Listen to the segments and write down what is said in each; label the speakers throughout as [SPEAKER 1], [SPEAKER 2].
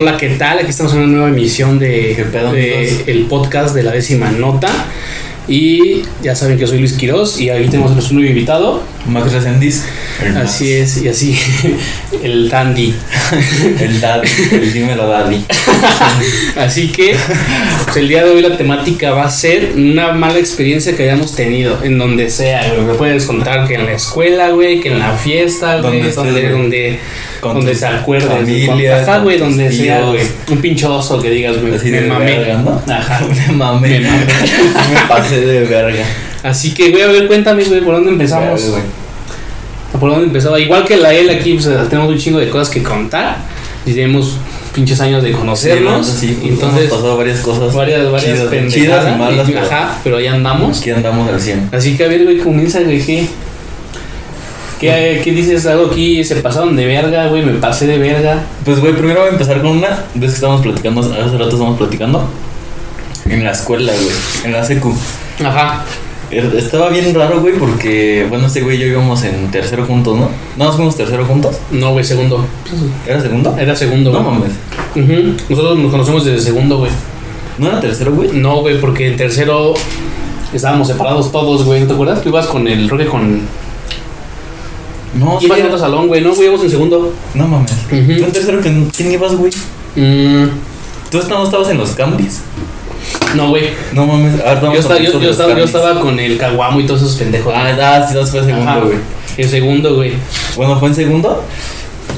[SPEAKER 1] Hola, ¿qué tal? Aquí estamos en una nueva emisión de,
[SPEAKER 2] pedo,
[SPEAKER 1] de
[SPEAKER 2] amigos?
[SPEAKER 1] el podcast de la décima nota. Y ya saben que yo soy Luis Quirós y aquí tenemos a nuestro nuevo invitado.
[SPEAKER 2] Max Resendiz.
[SPEAKER 1] Así es, y así, el dandy.
[SPEAKER 2] El daddy, el dímelo daddy.
[SPEAKER 1] Así que pues, el día de hoy la temática va a ser una mala experiencia que hayamos tenido en donde sea. güey. Me puedes contar que en la escuela, güey, que en la fiesta, güey,
[SPEAKER 2] Donde estés,
[SPEAKER 1] donde,
[SPEAKER 2] güey.
[SPEAKER 1] donde,
[SPEAKER 2] Con
[SPEAKER 1] donde
[SPEAKER 2] tu
[SPEAKER 1] se acuerde,
[SPEAKER 2] familia, con
[SPEAKER 1] güey,
[SPEAKER 2] tus
[SPEAKER 1] donde sea,
[SPEAKER 2] tíos.
[SPEAKER 1] güey. Un pinchoso que digas, güey,
[SPEAKER 2] Así
[SPEAKER 1] me
[SPEAKER 2] de
[SPEAKER 1] mamé.
[SPEAKER 2] verga, ¿no?
[SPEAKER 1] Ajá.
[SPEAKER 2] Me
[SPEAKER 1] Me
[SPEAKER 2] mamé.
[SPEAKER 1] mamé.
[SPEAKER 2] Sí me pasé de verga.
[SPEAKER 1] Así que, güey, a ver, cuéntame, güey, ¿por dónde empezamos?
[SPEAKER 2] Verga, güey.
[SPEAKER 1] ¿Por dónde empezaba? Igual que la L aquí, pues tenemos un chingo de cosas que contar. Y tenemos pinches años de conocernos.
[SPEAKER 2] Sí, no, sí,
[SPEAKER 1] entonces,
[SPEAKER 2] hemos pasado varias cosas.
[SPEAKER 1] varias, varias
[SPEAKER 2] chidas,
[SPEAKER 1] pendejadas.
[SPEAKER 2] chidas y malas,
[SPEAKER 1] y-
[SPEAKER 2] pero
[SPEAKER 1] Ajá, pero ahí andamos.
[SPEAKER 2] aquí andamos al 100.
[SPEAKER 1] Así que, a ver, güey, comienza, güey, ¿qué?
[SPEAKER 2] Ah.
[SPEAKER 1] ¿Qué, qué dices? Algo aquí, se pasaron de verga, güey, me pasé de verga.
[SPEAKER 2] Pues, güey, primero voy a empezar con una. Ves que estábamos platicando, hace rato estábamos platicando. En la escuela, güey. En la secu.
[SPEAKER 1] Ajá.
[SPEAKER 2] Er- Estaba bien raro, güey, porque, bueno, ese güey y yo íbamos en tercero juntos, ¿no? ¿No nos fuimos tercero juntos?
[SPEAKER 1] No, güey, segundo.
[SPEAKER 2] ¿Era segundo?
[SPEAKER 1] Era segundo,
[SPEAKER 2] No
[SPEAKER 1] güey.
[SPEAKER 2] mames.
[SPEAKER 1] Ujú. Nosotros nos conocemos desde segundo, güey.
[SPEAKER 2] ¿No era tercero, güey?
[SPEAKER 1] No, güey, porque en tercero estábamos separados todos, güey. ¿No te acuerdas? Tú ibas con el Roque con.
[SPEAKER 2] No, sí
[SPEAKER 1] Ibas en
[SPEAKER 2] era-
[SPEAKER 1] otro salón, güey. No, güey, íbamos en segundo.
[SPEAKER 2] No mames.
[SPEAKER 1] Ujú.
[SPEAKER 2] ¿Tú en tercero quién, quién ibas, güey?
[SPEAKER 1] Mm,
[SPEAKER 2] ¿Tú est- no estabas en los cambis?
[SPEAKER 1] no, güey.
[SPEAKER 2] No mames. A ver,
[SPEAKER 1] Yo,
[SPEAKER 2] vamos a
[SPEAKER 1] estaba- yo-
[SPEAKER 2] contexto de
[SPEAKER 1] yo
[SPEAKER 2] los
[SPEAKER 1] estaba, yo
[SPEAKER 2] cambis.
[SPEAKER 1] estaba con el Caguamo y todos esos pendejos.
[SPEAKER 2] Ah, ah, sí, dos fue
[SPEAKER 1] Ajá.
[SPEAKER 2] segundo, güey.
[SPEAKER 1] El segundo, güey.
[SPEAKER 2] Bueno, fue en segundo.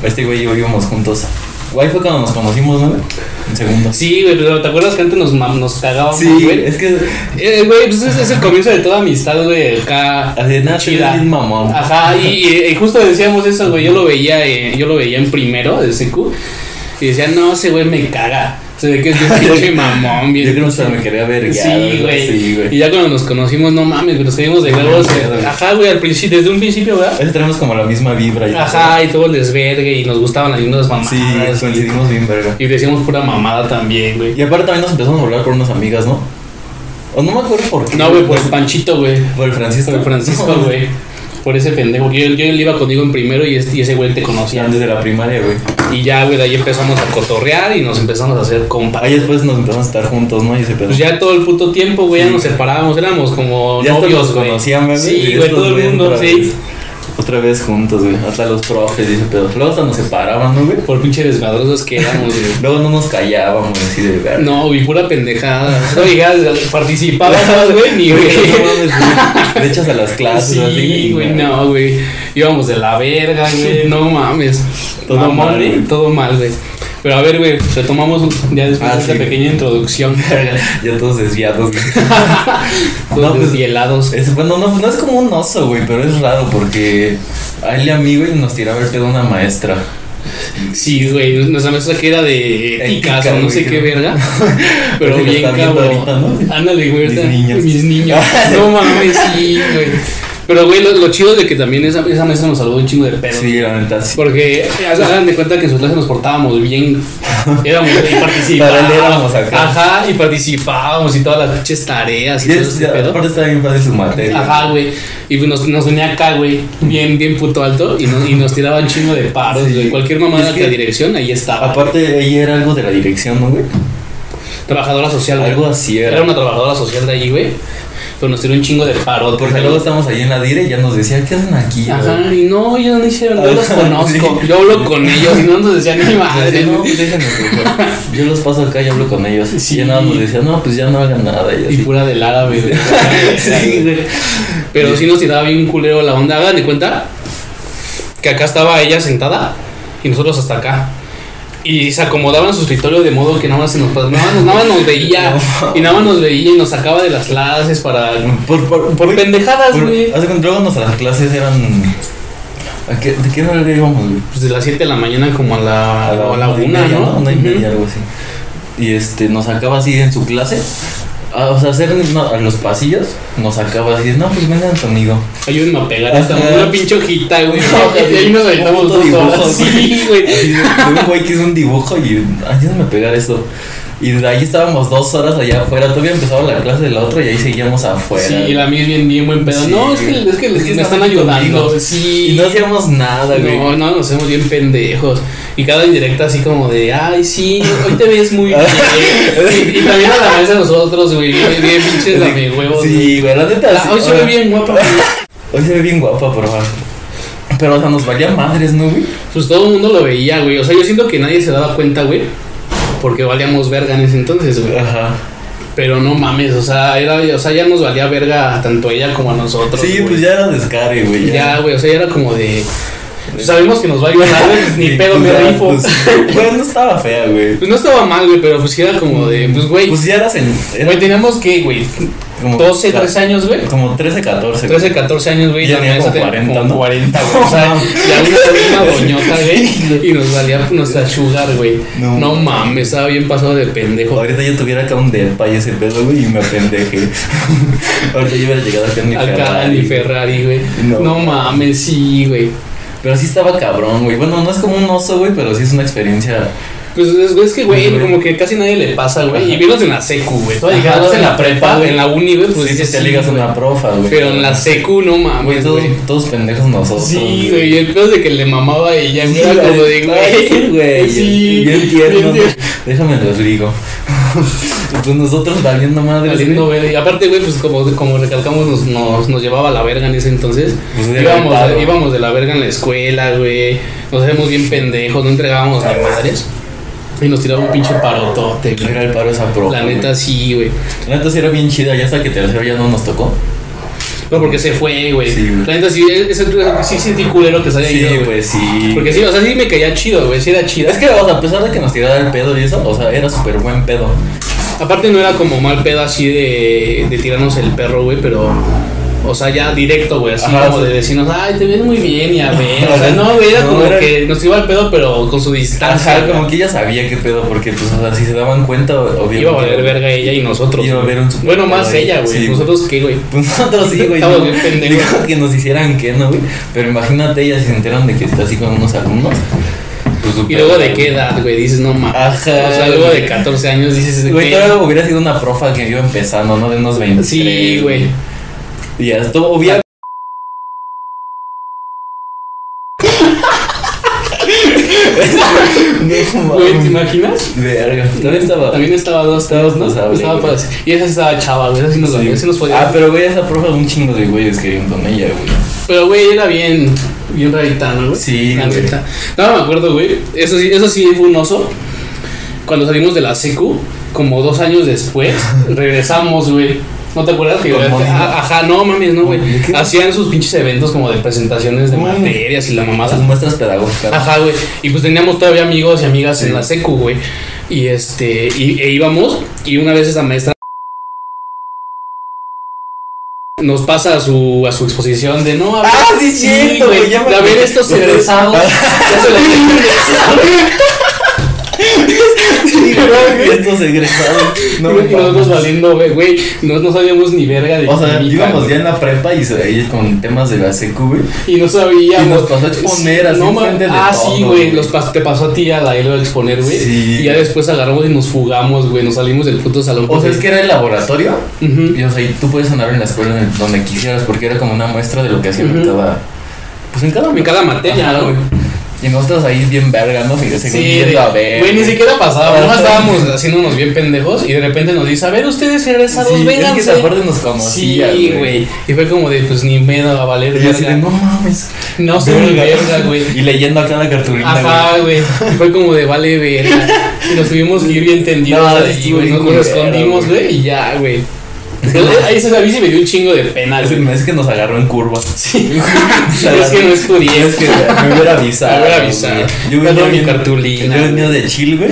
[SPEAKER 2] Este güey y yo íbamos juntos. Güey, fue cuando nos conocimos, ¿no? güey? En segundo.
[SPEAKER 1] Sí, güey, pero ¿te acuerdas que antes nos, ma- nos cagábamos,
[SPEAKER 2] Sí,
[SPEAKER 1] Ah, güey?
[SPEAKER 2] es que
[SPEAKER 1] Eh, güey, pues es, es el comienzo de toda amistad, güey. Acá.
[SPEAKER 2] así de nada, te
[SPEAKER 1] Chida. Ah,
[SPEAKER 2] ves bien mamón.
[SPEAKER 1] Ajá, y, y- y justo decíamos eso, güey. Yo lo veía, eh, yo lo veía en primero de CQ. Y decía, no, ese güey me caga. Se ve que es un pinche mamón, bien.
[SPEAKER 2] Yo creo que hasta me quería ver.
[SPEAKER 1] Sí, güey.
[SPEAKER 2] Sí,
[SPEAKER 1] Y
[SPEAKER 2] güey.
[SPEAKER 1] ya cuando nos conocimos, no mames, güey, nos caímos de
[SPEAKER 2] No
[SPEAKER 1] huevos.
[SPEAKER 2] mames, güey.
[SPEAKER 1] Ajá, güey, al principio, desde un principio,
[SPEAKER 2] A
[SPEAKER 1] ¿verdad?
[SPEAKER 2] veces tenemos como la misma vibra. yo
[SPEAKER 1] Ajá, y todo el desvergue y Ah, nos gustaban las mismas
[SPEAKER 2] creo. Sí,
[SPEAKER 1] mamadas.
[SPEAKER 2] coincidimos bien, verga.
[SPEAKER 1] y decíamos pura mamada también, güey.
[SPEAKER 2] Y aparte también nos empezamos a hablar por unas amigas, ¿no? O no me acuerdo por qué.
[SPEAKER 1] No, güey, pues por el Panchito, güey.
[SPEAKER 2] Por el Francisco.
[SPEAKER 1] Por el Francisco,
[SPEAKER 2] No,
[SPEAKER 1] güey. Por ese pendejo. Yo, yo le iba contigo en primero y, este- y ese güey te conocía.
[SPEAKER 2] Antes de la primaria, güey.
[SPEAKER 1] Y ya, güey, de ahí empezamos a cotorrear y nos empezamos a hacer compas.
[SPEAKER 2] Ahí después nos empezamos a estar juntos, ¿no? Y se
[SPEAKER 1] Pues ya todo el puto tiempo, güey, ya
[SPEAKER 2] Sí.
[SPEAKER 1] nos separábamos, éramos como
[SPEAKER 2] hasta
[SPEAKER 1] novios,
[SPEAKER 2] nos
[SPEAKER 1] güey.
[SPEAKER 2] conocían, güey.
[SPEAKER 1] Sí,
[SPEAKER 2] Y
[SPEAKER 1] güey,
[SPEAKER 2] estos,
[SPEAKER 1] todo el mundo,
[SPEAKER 2] otra
[SPEAKER 1] sí.
[SPEAKER 2] vez- otra vez juntos, güey. Hasta los profes y ese pedo. Luego hasta nos separaban, ¿no, güey?
[SPEAKER 1] Por pinche desmadrosos que éramos, güey.
[SPEAKER 2] Luego no nos callábamos, así de verdad.
[SPEAKER 1] No, güey, pura pendejada. Oiga, participabas, güey, ni güey.
[SPEAKER 2] Le echas a las clases, así.
[SPEAKER 1] Sí, güey, no, güey. Íbamos de la verga, güey. No mames.
[SPEAKER 2] Todo
[SPEAKER 1] Mamón,
[SPEAKER 2] mal,
[SPEAKER 1] güey,
[SPEAKER 2] güey.
[SPEAKER 1] Todo mal, güey. Pero a ver, güey, retomamos ya después
[SPEAKER 2] Ah,
[SPEAKER 1] de esta
[SPEAKER 2] sí, güey.
[SPEAKER 1] pequeña introducción.
[SPEAKER 2] Ya todos desviados, güey.
[SPEAKER 1] Todos
[SPEAKER 2] No, pues,
[SPEAKER 1] deshielados.
[SPEAKER 2] Es- bueno, no, no es como un oso, güey, pero es raro porque a él y a mí, güey, nos tiraba el pedo una maestra.
[SPEAKER 1] Sí, güey, nuestra maestra que era de
[SPEAKER 2] Ética,
[SPEAKER 1] éticas o no
[SPEAKER 2] güey,
[SPEAKER 1] sé qué
[SPEAKER 2] creo.
[SPEAKER 1] verga. Pero
[SPEAKER 2] Creo que lo
[SPEAKER 1] bien
[SPEAKER 2] están viendo
[SPEAKER 1] cabrón.
[SPEAKER 2] ahorita, ¿no?
[SPEAKER 1] Ándale, güey.
[SPEAKER 2] Mis
[SPEAKER 1] ahorita-
[SPEAKER 2] niños.
[SPEAKER 1] Mis niños. no mames, sí, güey. Pero, güey, lo, lo chido de que también esa, esa maestra nos saludó un chingo de pedo.
[SPEAKER 2] Sí, la neta, sí.
[SPEAKER 1] Porque eh, hagan de cuenta que en su clase nos portábamos bien. Éramos y
[SPEAKER 2] Para él éramos
[SPEAKER 1] participábamos.
[SPEAKER 2] acá.
[SPEAKER 1] Ajá, y participábamos y todas las pinches tareas y
[SPEAKER 2] Y
[SPEAKER 1] todo
[SPEAKER 2] es,
[SPEAKER 1] ese pedo.
[SPEAKER 2] aparte está bien padre su materia.
[SPEAKER 1] Ajá, güey. Y pues nos, nos venía acá, güey. Bien, bien puto alto. Y nos, y nos tiraba un chingo de paros,
[SPEAKER 2] Sí.
[SPEAKER 1] güey. Cualquier mamada
[SPEAKER 2] Es
[SPEAKER 1] que,
[SPEAKER 2] que-
[SPEAKER 1] dirección, ahí estaba.
[SPEAKER 2] Aparte, ella era algo de la dirección, ¿no, güey?
[SPEAKER 1] Trabajadora social, güey.
[SPEAKER 2] Algo así era.
[SPEAKER 1] Era una trabajadora social de allí, güey. Pero nos tiró un chingo de paro.
[SPEAKER 2] Porque luego estamos ahí en la dire y ya nos decía, ¿qué hacen aquí? güey?"
[SPEAKER 1] Ajá, y no, ellos no hicieron, yo
[SPEAKER 2] Ajá,
[SPEAKER 1] los conozco.
[SPEAKER 2] sí.
[SPEAKER 1] Yo hablo con ellos y no nos decían ni
[SPEAKER 2] Y
[SPEAKER 1] madre.
[SPEAKER 2] decía, no, pues déjenme, por favor. Yo los paso acá y hablo con ellos.
[SPEAKER 1] Sí.
[SPEAKER 2] Y ya nada más nos decía, no, pues ya no hagan nada. Y
[SPEAKER 1] Y
[SPEAKER 2] así.
[SPEAKER 1] pura del árabe, güey.
[SPEAKER 2] Sí, güey.
[SPEAKER 1] Pero sí nos tiraba bien culero la onda. Hagan de cuenta que acá estaba ella sentada y nosotros hasta acá. Y se acomodaban en su escritorio de modo que nada más, se nos, pas- nada más, nada más nos veía.
[SPEAKER 2] No.
[SPEAKER 1] Y nada más nos veía y nos sacaba de las clases para.
[SPEAKER 2] Por, por,
[SPEAKER 1] Por pendejadas,
[SPEAKER 2] por-
[SPEAKER 1] güey.
[SPEAKER 2] hace cuenta, luego nuestras clases eran. ¿a qué- ¿De qué hora íbamos, güey?
[SPEAKER 1] Pues de las 7 de la mañana como a la, o a la
[SPEAKER 2] una y
[SPEAKER 1] una,
[SPEAKER 2] media,
[SPEAKER 1] ¿no?
[SPEAKER 2] Una y
[SPEAKER 1] Ujú.
[SPEAKER 2] media, algo así. Y este, nos sacaba así en su clase. a- o sea, hacer no, a los pasillos, nos sacaba así, no, pues vengan conmigo.
[SPEAKER 1] Ayúdenme a pegar esta
[SPEAKER 2] Ajá.
[SPEAKER 1] una pinche hojita, güey.
[SPEAKER 2] No,
[SPEAKER 1] y ahí nos aventamos
[SPEAKER 2] puto
[SPEAKER 1] dos
[SPEAKER 2] dibujo,
[SPEAKER 1] horas. Sí, güey.
[SPEAKER 2] Así de, de un güey que hizo un dibujo y ayúdame a pegar esto. Y de ahí estábamos dos horas allá afuera. Todavía empezaba la clase de la otra y ahí seguíamos afuera.
[SPEAKER 1] Sí, y la mía es bien, bien buen pedo.
[SPEAKER 2] Pues Sí,
[SPEAKER 1] no, es que,
[SPEAKER 2] güey.
[SPEAKER 1] es que,
[SPEAKER 2] Es que
[SPEAKER 1] me están
[SPEAKER 2] estaban
[SPEAKER 1] ayudando.
[SPEAKER 2] conmigo.
[SPEAKER 1] Sí.
[SPEAKER 2] Y no hacíamos nada, güey.
[SPEAKER 1] no, no, nos hacemos bien pendejos. Y cada indirecta así como de, ay, sí, hoy te ves muy bien. Y, y también a la vez a nosotros, güey, bien, bien pinches lame huevos.
[SPEAKER 2] Sí, güey, la neta.
[SPEAKER 1] Ah,
[SPEAKER 2] sí,
[SPEAKER 1] hoy se ve
[SPEAKER 2] ahora-
[SPEAKER 1] bien guapa, güey.
[SPEAKER 2] Hoy se ve bien guapa, por favor. Pero, o sea, nos valía madres, ¿no, güey?
[SPEAKER 1] Pues todo el mundo lo veía, güey. O sea, yo siento que nadie se daba cuenta, güey. Porque valíamos verga en ese entonces, güey.
[SPEAKER 2] Ajá.
[SPEAKER 1] Pero no mames, o sea, era, o sea, ya nos valía verga tanto a ella como a nosotros.
[SPEAKER 2] Sí,
[SPEAKER 1] güey.
[SPEAKER 2] pues ya era descare, güey.
[SPEAKER 1] Ya, güey, o sea, ya era como de. Sabemos que nos va a ayudar, güey, ni
[SPEAKER 2] Sí,
[SPEAKER 1] pedo
[SPEAKER 2] pues
[SPEAKER 1] me
[SPEAKER 2] ya,
[SPEAKER 1] rifo.
[SPEAKER 2] Pues, güey, no estaba fea, güey.
[SPEAKER 1] Pues no estaba mal, güey, pero pues sí era como de, pues, güey.
[SPEAKER 2] Pues ya eras en. Era
[SPEAKER 1] Güey, teníamos que, güey,
[SPEAKER 2] como
[SPEAKER 1] 12,
[SPEAKER 2] ca-
[SPEAKER 1] 13 años, güey.
[SPEAKER 2] Como 13, 14. güey.
[SPEAKER 1] 13, 14 años, güey.
[SPEAKER 2] Ya
[SPEAKER 1] la
[SPEAKER 2] tenía
[SPEAKER 1] neta
[SPEAKER 2] como
[SPEAKER 1] tenía
[SPEAKER 2] 40,
[SPEAKER 1] como
[SPEAKER 2] ¿no?
[SPEAKER 1] 40, güey. O sea, ya una, una doñota, güey. Y nos valía nuestra sugar, güey.
[SPEAKER 2] No.
[SPEAKER 1] No, mames, estaba bien pasado de pendejo.
[SPEAKER 2] Ahorita yo tuviera acá un depa y ese pedo, güey, y me pendeje. Ahorita yo hubiera llegado acá en mi
[SPEAKER 1] Acá
[SPEAKER 2] Ferrari.
[SPEAKER 1] ni Ferrari, güey.
[SPEAKER 2] No.
[SPEAKER 1] No. mames, sí, güey.
[SPEAKER 2] Pero sí estaba cabrón, güey. Bueno, no es como un oso, güey, pero sí es una experiencia.
[SPEAKER 1] Pues es, es que, güey,
[SPEAKER 2] Ujú.
[SPEAKER 1] como que casi nadie le pasa, güey.
[SPEAKER 2] Ajá.
[SPEAKER 1] Y menos en la secu, güey. Todavía
[SPEAKER 2] Ajá,
[SPEAKER 1] llegados en la prepa, güey, en la uni, güey, pues
[SPEAKER 2] Pues sí,
[SPEAKER 1] dices,
[SPEAKER 2] te
[SPEAKER 1] sí,
[SPEAKER 2] ligas a
[SPEAKER 1] güey.
[SPEAKER 2] una profa, güey.
[SPEAKER 1] Pero en la secu, no
[SPEAKER 2] Güey,
[SPEAKER 1] mames,
[SPEAKER 2] todos,
[SPEAKER 1] güey.
[SPEAKER 2] todos pendejos nosotros.
[SPEAKER 1] Sí, güey, el pedo de que le mamaba a ella,
[SPEAKER 2] Sí,
[SPEAKER 1] güey, era como de,
[SPEAKER 2] güey. Sí, güey.
[SPEAKER 1] güey. Sí,
[SPEAKER 2] bien tierno.
[SPEAKER 1] bien tierno.
[SPEAKER 2] Déjame los ligo. pues nosotros valiendo madre.
[SPEAKER 1] Valiendo verga. Y aparte, güey, pues como, como recalcamos, nos, nos, nos llevaba a la verga en ese entonces.
[SPEAKER 2] Pues era
[SPEAKER 1] Íbamos,
[SPEAKER 2] el paro.
[SPEAKER 1] íbamos de la verga en la escuela, güey. Nos hacíamos bien pendejos, no entregábamos ni madres. Y nos tiraba un pinche parotote, güey.
[SPEAKER 2] Era el paro esa profa.
[SPEAKER 1] La
[SPEAKER 2] güey.
[SPEAKER 1] neta, sí, güey.
[SPEAKER 2] La neta sí era bien chida. Ya hasta que tercero ya no nos tocó.
[SPEAKER 1] No, porque se fue, güey.
[SPEAKER 2] Sí, güey.
[SPEAKER 1] La neta, sí, ese, sí sentí culero que se haya
[SPEAKER 2] Sí,
[SPEAKER 1] ido, güey.
[SPEAKER 2] pues sí.
[SPEAKER 1] Porque sí, o sea, sí me caía chido, güey. Sí era chida.
[SPEAKER 2] Es que, o sea, a pesar de que nos tirara el pedo y eso, o sea, era súper buen pedo.
[SPEAKER 1] Aparte no era como mal pedo así de, de tirarnos el perro, güey, pero... O sea, ya directo, güey, así
[SPEAKER 2] Ajá,
[SPEAKER 1] como
[SPEAKER 2] sí.
[SPEAKER 1] de decirnos, ay, te ves muy bien y a ver. O
[SPEAKER 2] Ajá.
[SPEAKER 1] sea, no, güey, era
[SPEAKER 2] No,
[SPEAKER 1] como
[SPEAKER 2] era-
[SPEAKER 1] que nos iba el pedo, pero con su distancia.
[SPEAKER 2] Ajá, como que ella sabía qué pedo, porque, pues, o sea, si se daban cuenta, obviamente.
[SPEAKER 1] Iba a valer verga ella y nosotros.
[SPEAKER 2] Iba a
[SPEAKER 1] güey.
[SPEAKER 2] haber un super-
[SPEAKER 1] Bueno, más ella, güey.
[SPEAKER 2] Sí,
[SPEAKER 1] ¿Nosotros qué, güey?
[SPEAKER 2] Pues nosotros sí, güey.
[SPEAKER 1] Estamos
[SPEAKER 2] ¿no?
[SPEAKER 1] bien pendejos.
[SPEAKER 2] Dijo que nos hicieran que, ¿no, güey? Pero imagínate, ellas se enteran de que está así con unos alumnos. Pues,
[SPEAKER 1] Y
[SPEAKER 2] súper-
[SPEAKER 1] luego de qué edad, güey, dices, no mames.
[SPEAKER 2] Ajá.
[SPEAKER 1] O sea, luego de 14 años dices,
[SPEAKER 2] Güey,
[SPEAKER 1] güey...
[SPEAKER 2] todavía hubiera sido una profa que iba empezando, ¿no? De unos 20.
[SPEAKER 1] Sí, güey.
[SPEAKER 2] Y ya estuvo obvia. no,
[SPEAKER 1] Güey, ¿te
[SPEAKER 2] mames.
[SPEAKER 1] imaginas?
[SPEAKER 2] Verga, todavía estaba.
[SPEAKER 1] También estaba dos, estabas, ¿no?
[SPEAKER 2] Responsable,
[SPEAKER 1] Estaba
[SPEAKER 2] güey.
[SPEAKER 1] para- Y esa sí estaba chava, güey, esa sí nos,
[SPEAKER 2] Sí.
[SPEAKER 1] esa sí nos podía...
[SPEAKER 2] Ah, pero güey, esa profa un chingo de güeyes que iban con ella, güey.
[SPEAKER 1] Pero, güey, era bien, bien rarita, ¿no, güey?
[SPEAKER 2] Sí,
[SPEAKER 1] La
[SPEAKER 2] güey.
[SPEAKER 1] neta. No me acuerdo, güey. Eso sí, eso sí fue un oso. Cuando salimos de la secu, como dos años después, regresamos, güey. ¿No te acuerdas que
[SPEAKER 2] Con
[SPEAKER 1] ah,
[SPEAKER 2] Mónica.
[SPEAKER 1] Ajá, no mames, no, güey.
[SPEAKER 2] ¿De qué?
[SPEAKER 1] Hacían sus pinches eventos como de presentaciones de
[SPEAKER 2] Mm.
[SPEAKER 1] materias y la mamada.
[SPEAKER 2] Las muestras pedagógicas.
[SPEAKER 1] Ajá, güey. Y pues teníamos todavía amigos y amigas
[SPEAKER 2] Sí.
[SPEAKER 1] en la secu, güey. Y este, y, e íbamos, y una vez esa maestra nos pasa a su, a su exposición de no a ver,
[SPEAKER 2] Ah, sí es cierto, güey, ya me
[SPEAKER 1] de a ver
[SPEAKER 2] acordé.
[SPEAKER 1] estos
[SPEAKER 2] Los tres.
[SPEAKER 1] egresados. ya se los
[SPEAKER 2] Sí, Ah, güey, Estos egresados. No,
[SPEAKER 1] y nosotros
[SPEAKER 2] mames.
[SPEAKER 1] valiendo, güey, güey. No, no sabíamos ni verga de
[SPEAKER 2] O sea,
[SPEAKER 1] química,
[SPEAKER 2] íbamos
[SPEAKER 1] güey.
[SPEAKER 2] ya en la prepa y se- ahí con temas de la secu, güey.
[SPEAKER 1] Y no sabíamos.
[SPEAKER 2] Y nos pasó a exponer así
[SPEAKER 1] No, ma-
[SPEAKER 2] enfrente de
[SPEAKER 1] Ah,
[SPEAKER 2] todo,
[SPEAKER 1] sí,
[SPEAKER 2] güey.
[SPEAKER 1] güey. los pas- Te pasó a ti a la Elo a exponer, güey.
[SPEAKER 2] Sí.
[SPEAKER 1] Y ya después agarramos y nos fugamos, güey. Nos salimos del puto salón.
[SPEAKER 2] O sea, es que era el laboratorio.
[SPEAKER 1] Ujú.
[SPEAKER 2] Y, o sea, y tú puedes andar en la escuela en el- donde quisieras porque era como una muestra de lo que hacían en
[SPEAKER 1] Ujú.
[SPEAKER 2] cada. Pues en cada.
[SPEAKER 1] En cada materia,
[SPEAKER 2] Ajá,
[SPEAKER 1] güey.
[SPEAKER 2] Y nosotros ahí bien verga, ¿no? Fíjate,
[SPEAKER 1] Sí,
[SPEAKER 2] según yendo a
[SPEAKER 1] de-
[SPEAKER 2] ver.
[SPEAKER 1] güey, ni siquiera pasaba,
[SPEAKER 2] Ajá.
[SPEAKER 1] nomás estábamos haciéndonos bien pendejos y de repente nos dice, a ver, ustedes egresados,
[SPEAKER 2] Sí,
[SPEAKER 1] vengan.
[SPEAKER 2] es que aparte nos
[SPEAKER 1] Sí,
[SPEAKER 2] conocía,
[SPEAKER 1] güey. Y fue como de, pues ni me a valer,
[SPEAKER 2] Y yo así de,
[SPEAKER 1] verga.
[SPEAKER 2] no mames.
[SPEAKER 1] No sé ni
[SPEAKER 2] Verga.
[SPEAKER 1] verga, güey.
[SPEAKER 2] Y leyendo acá en la cartulina,
[SPEAKER 1] Ajá, güey. Y Fue como de, vale, verga. Y nos tuvimos que ir bien tendidos
[SPEAKER 2] No,
[SPEAKER 1] ahí,
[SPEAKER 2] estuvo
[SPEAKER 1] güey.
[SPEAKER 2] bien
[SPEAKER 1] Nos, nos
[SPEAKER 2] culero,
[SPEAKER 1] escondimos,
[SPEAKER 2] güey.
[SPEAKER 1] güey, y ya, güey. Ahí se la bici me dio un chingo de pena,
[SPEAKER 2] güey. Es,
[SPEAKER 1] güey.
[SPEAKER 2] el- es que nos agarró en curva.
[SPEAKER 1] Sí. es que no estudié.
[SPEAKER 2] Es que me hubiera avisado.
[SPEAKER 1] Me hubiera avisado.
[SPEAKER 2] güey.
[SPEAKER 1] Me agarró mi
[SPEAKER 2] bien-
[SPEAKER 1] cartulina,
[SPEAKER 2] Yo venía
[SPEAKER 1] güey.
[SPEAKER 2] de chill, güey.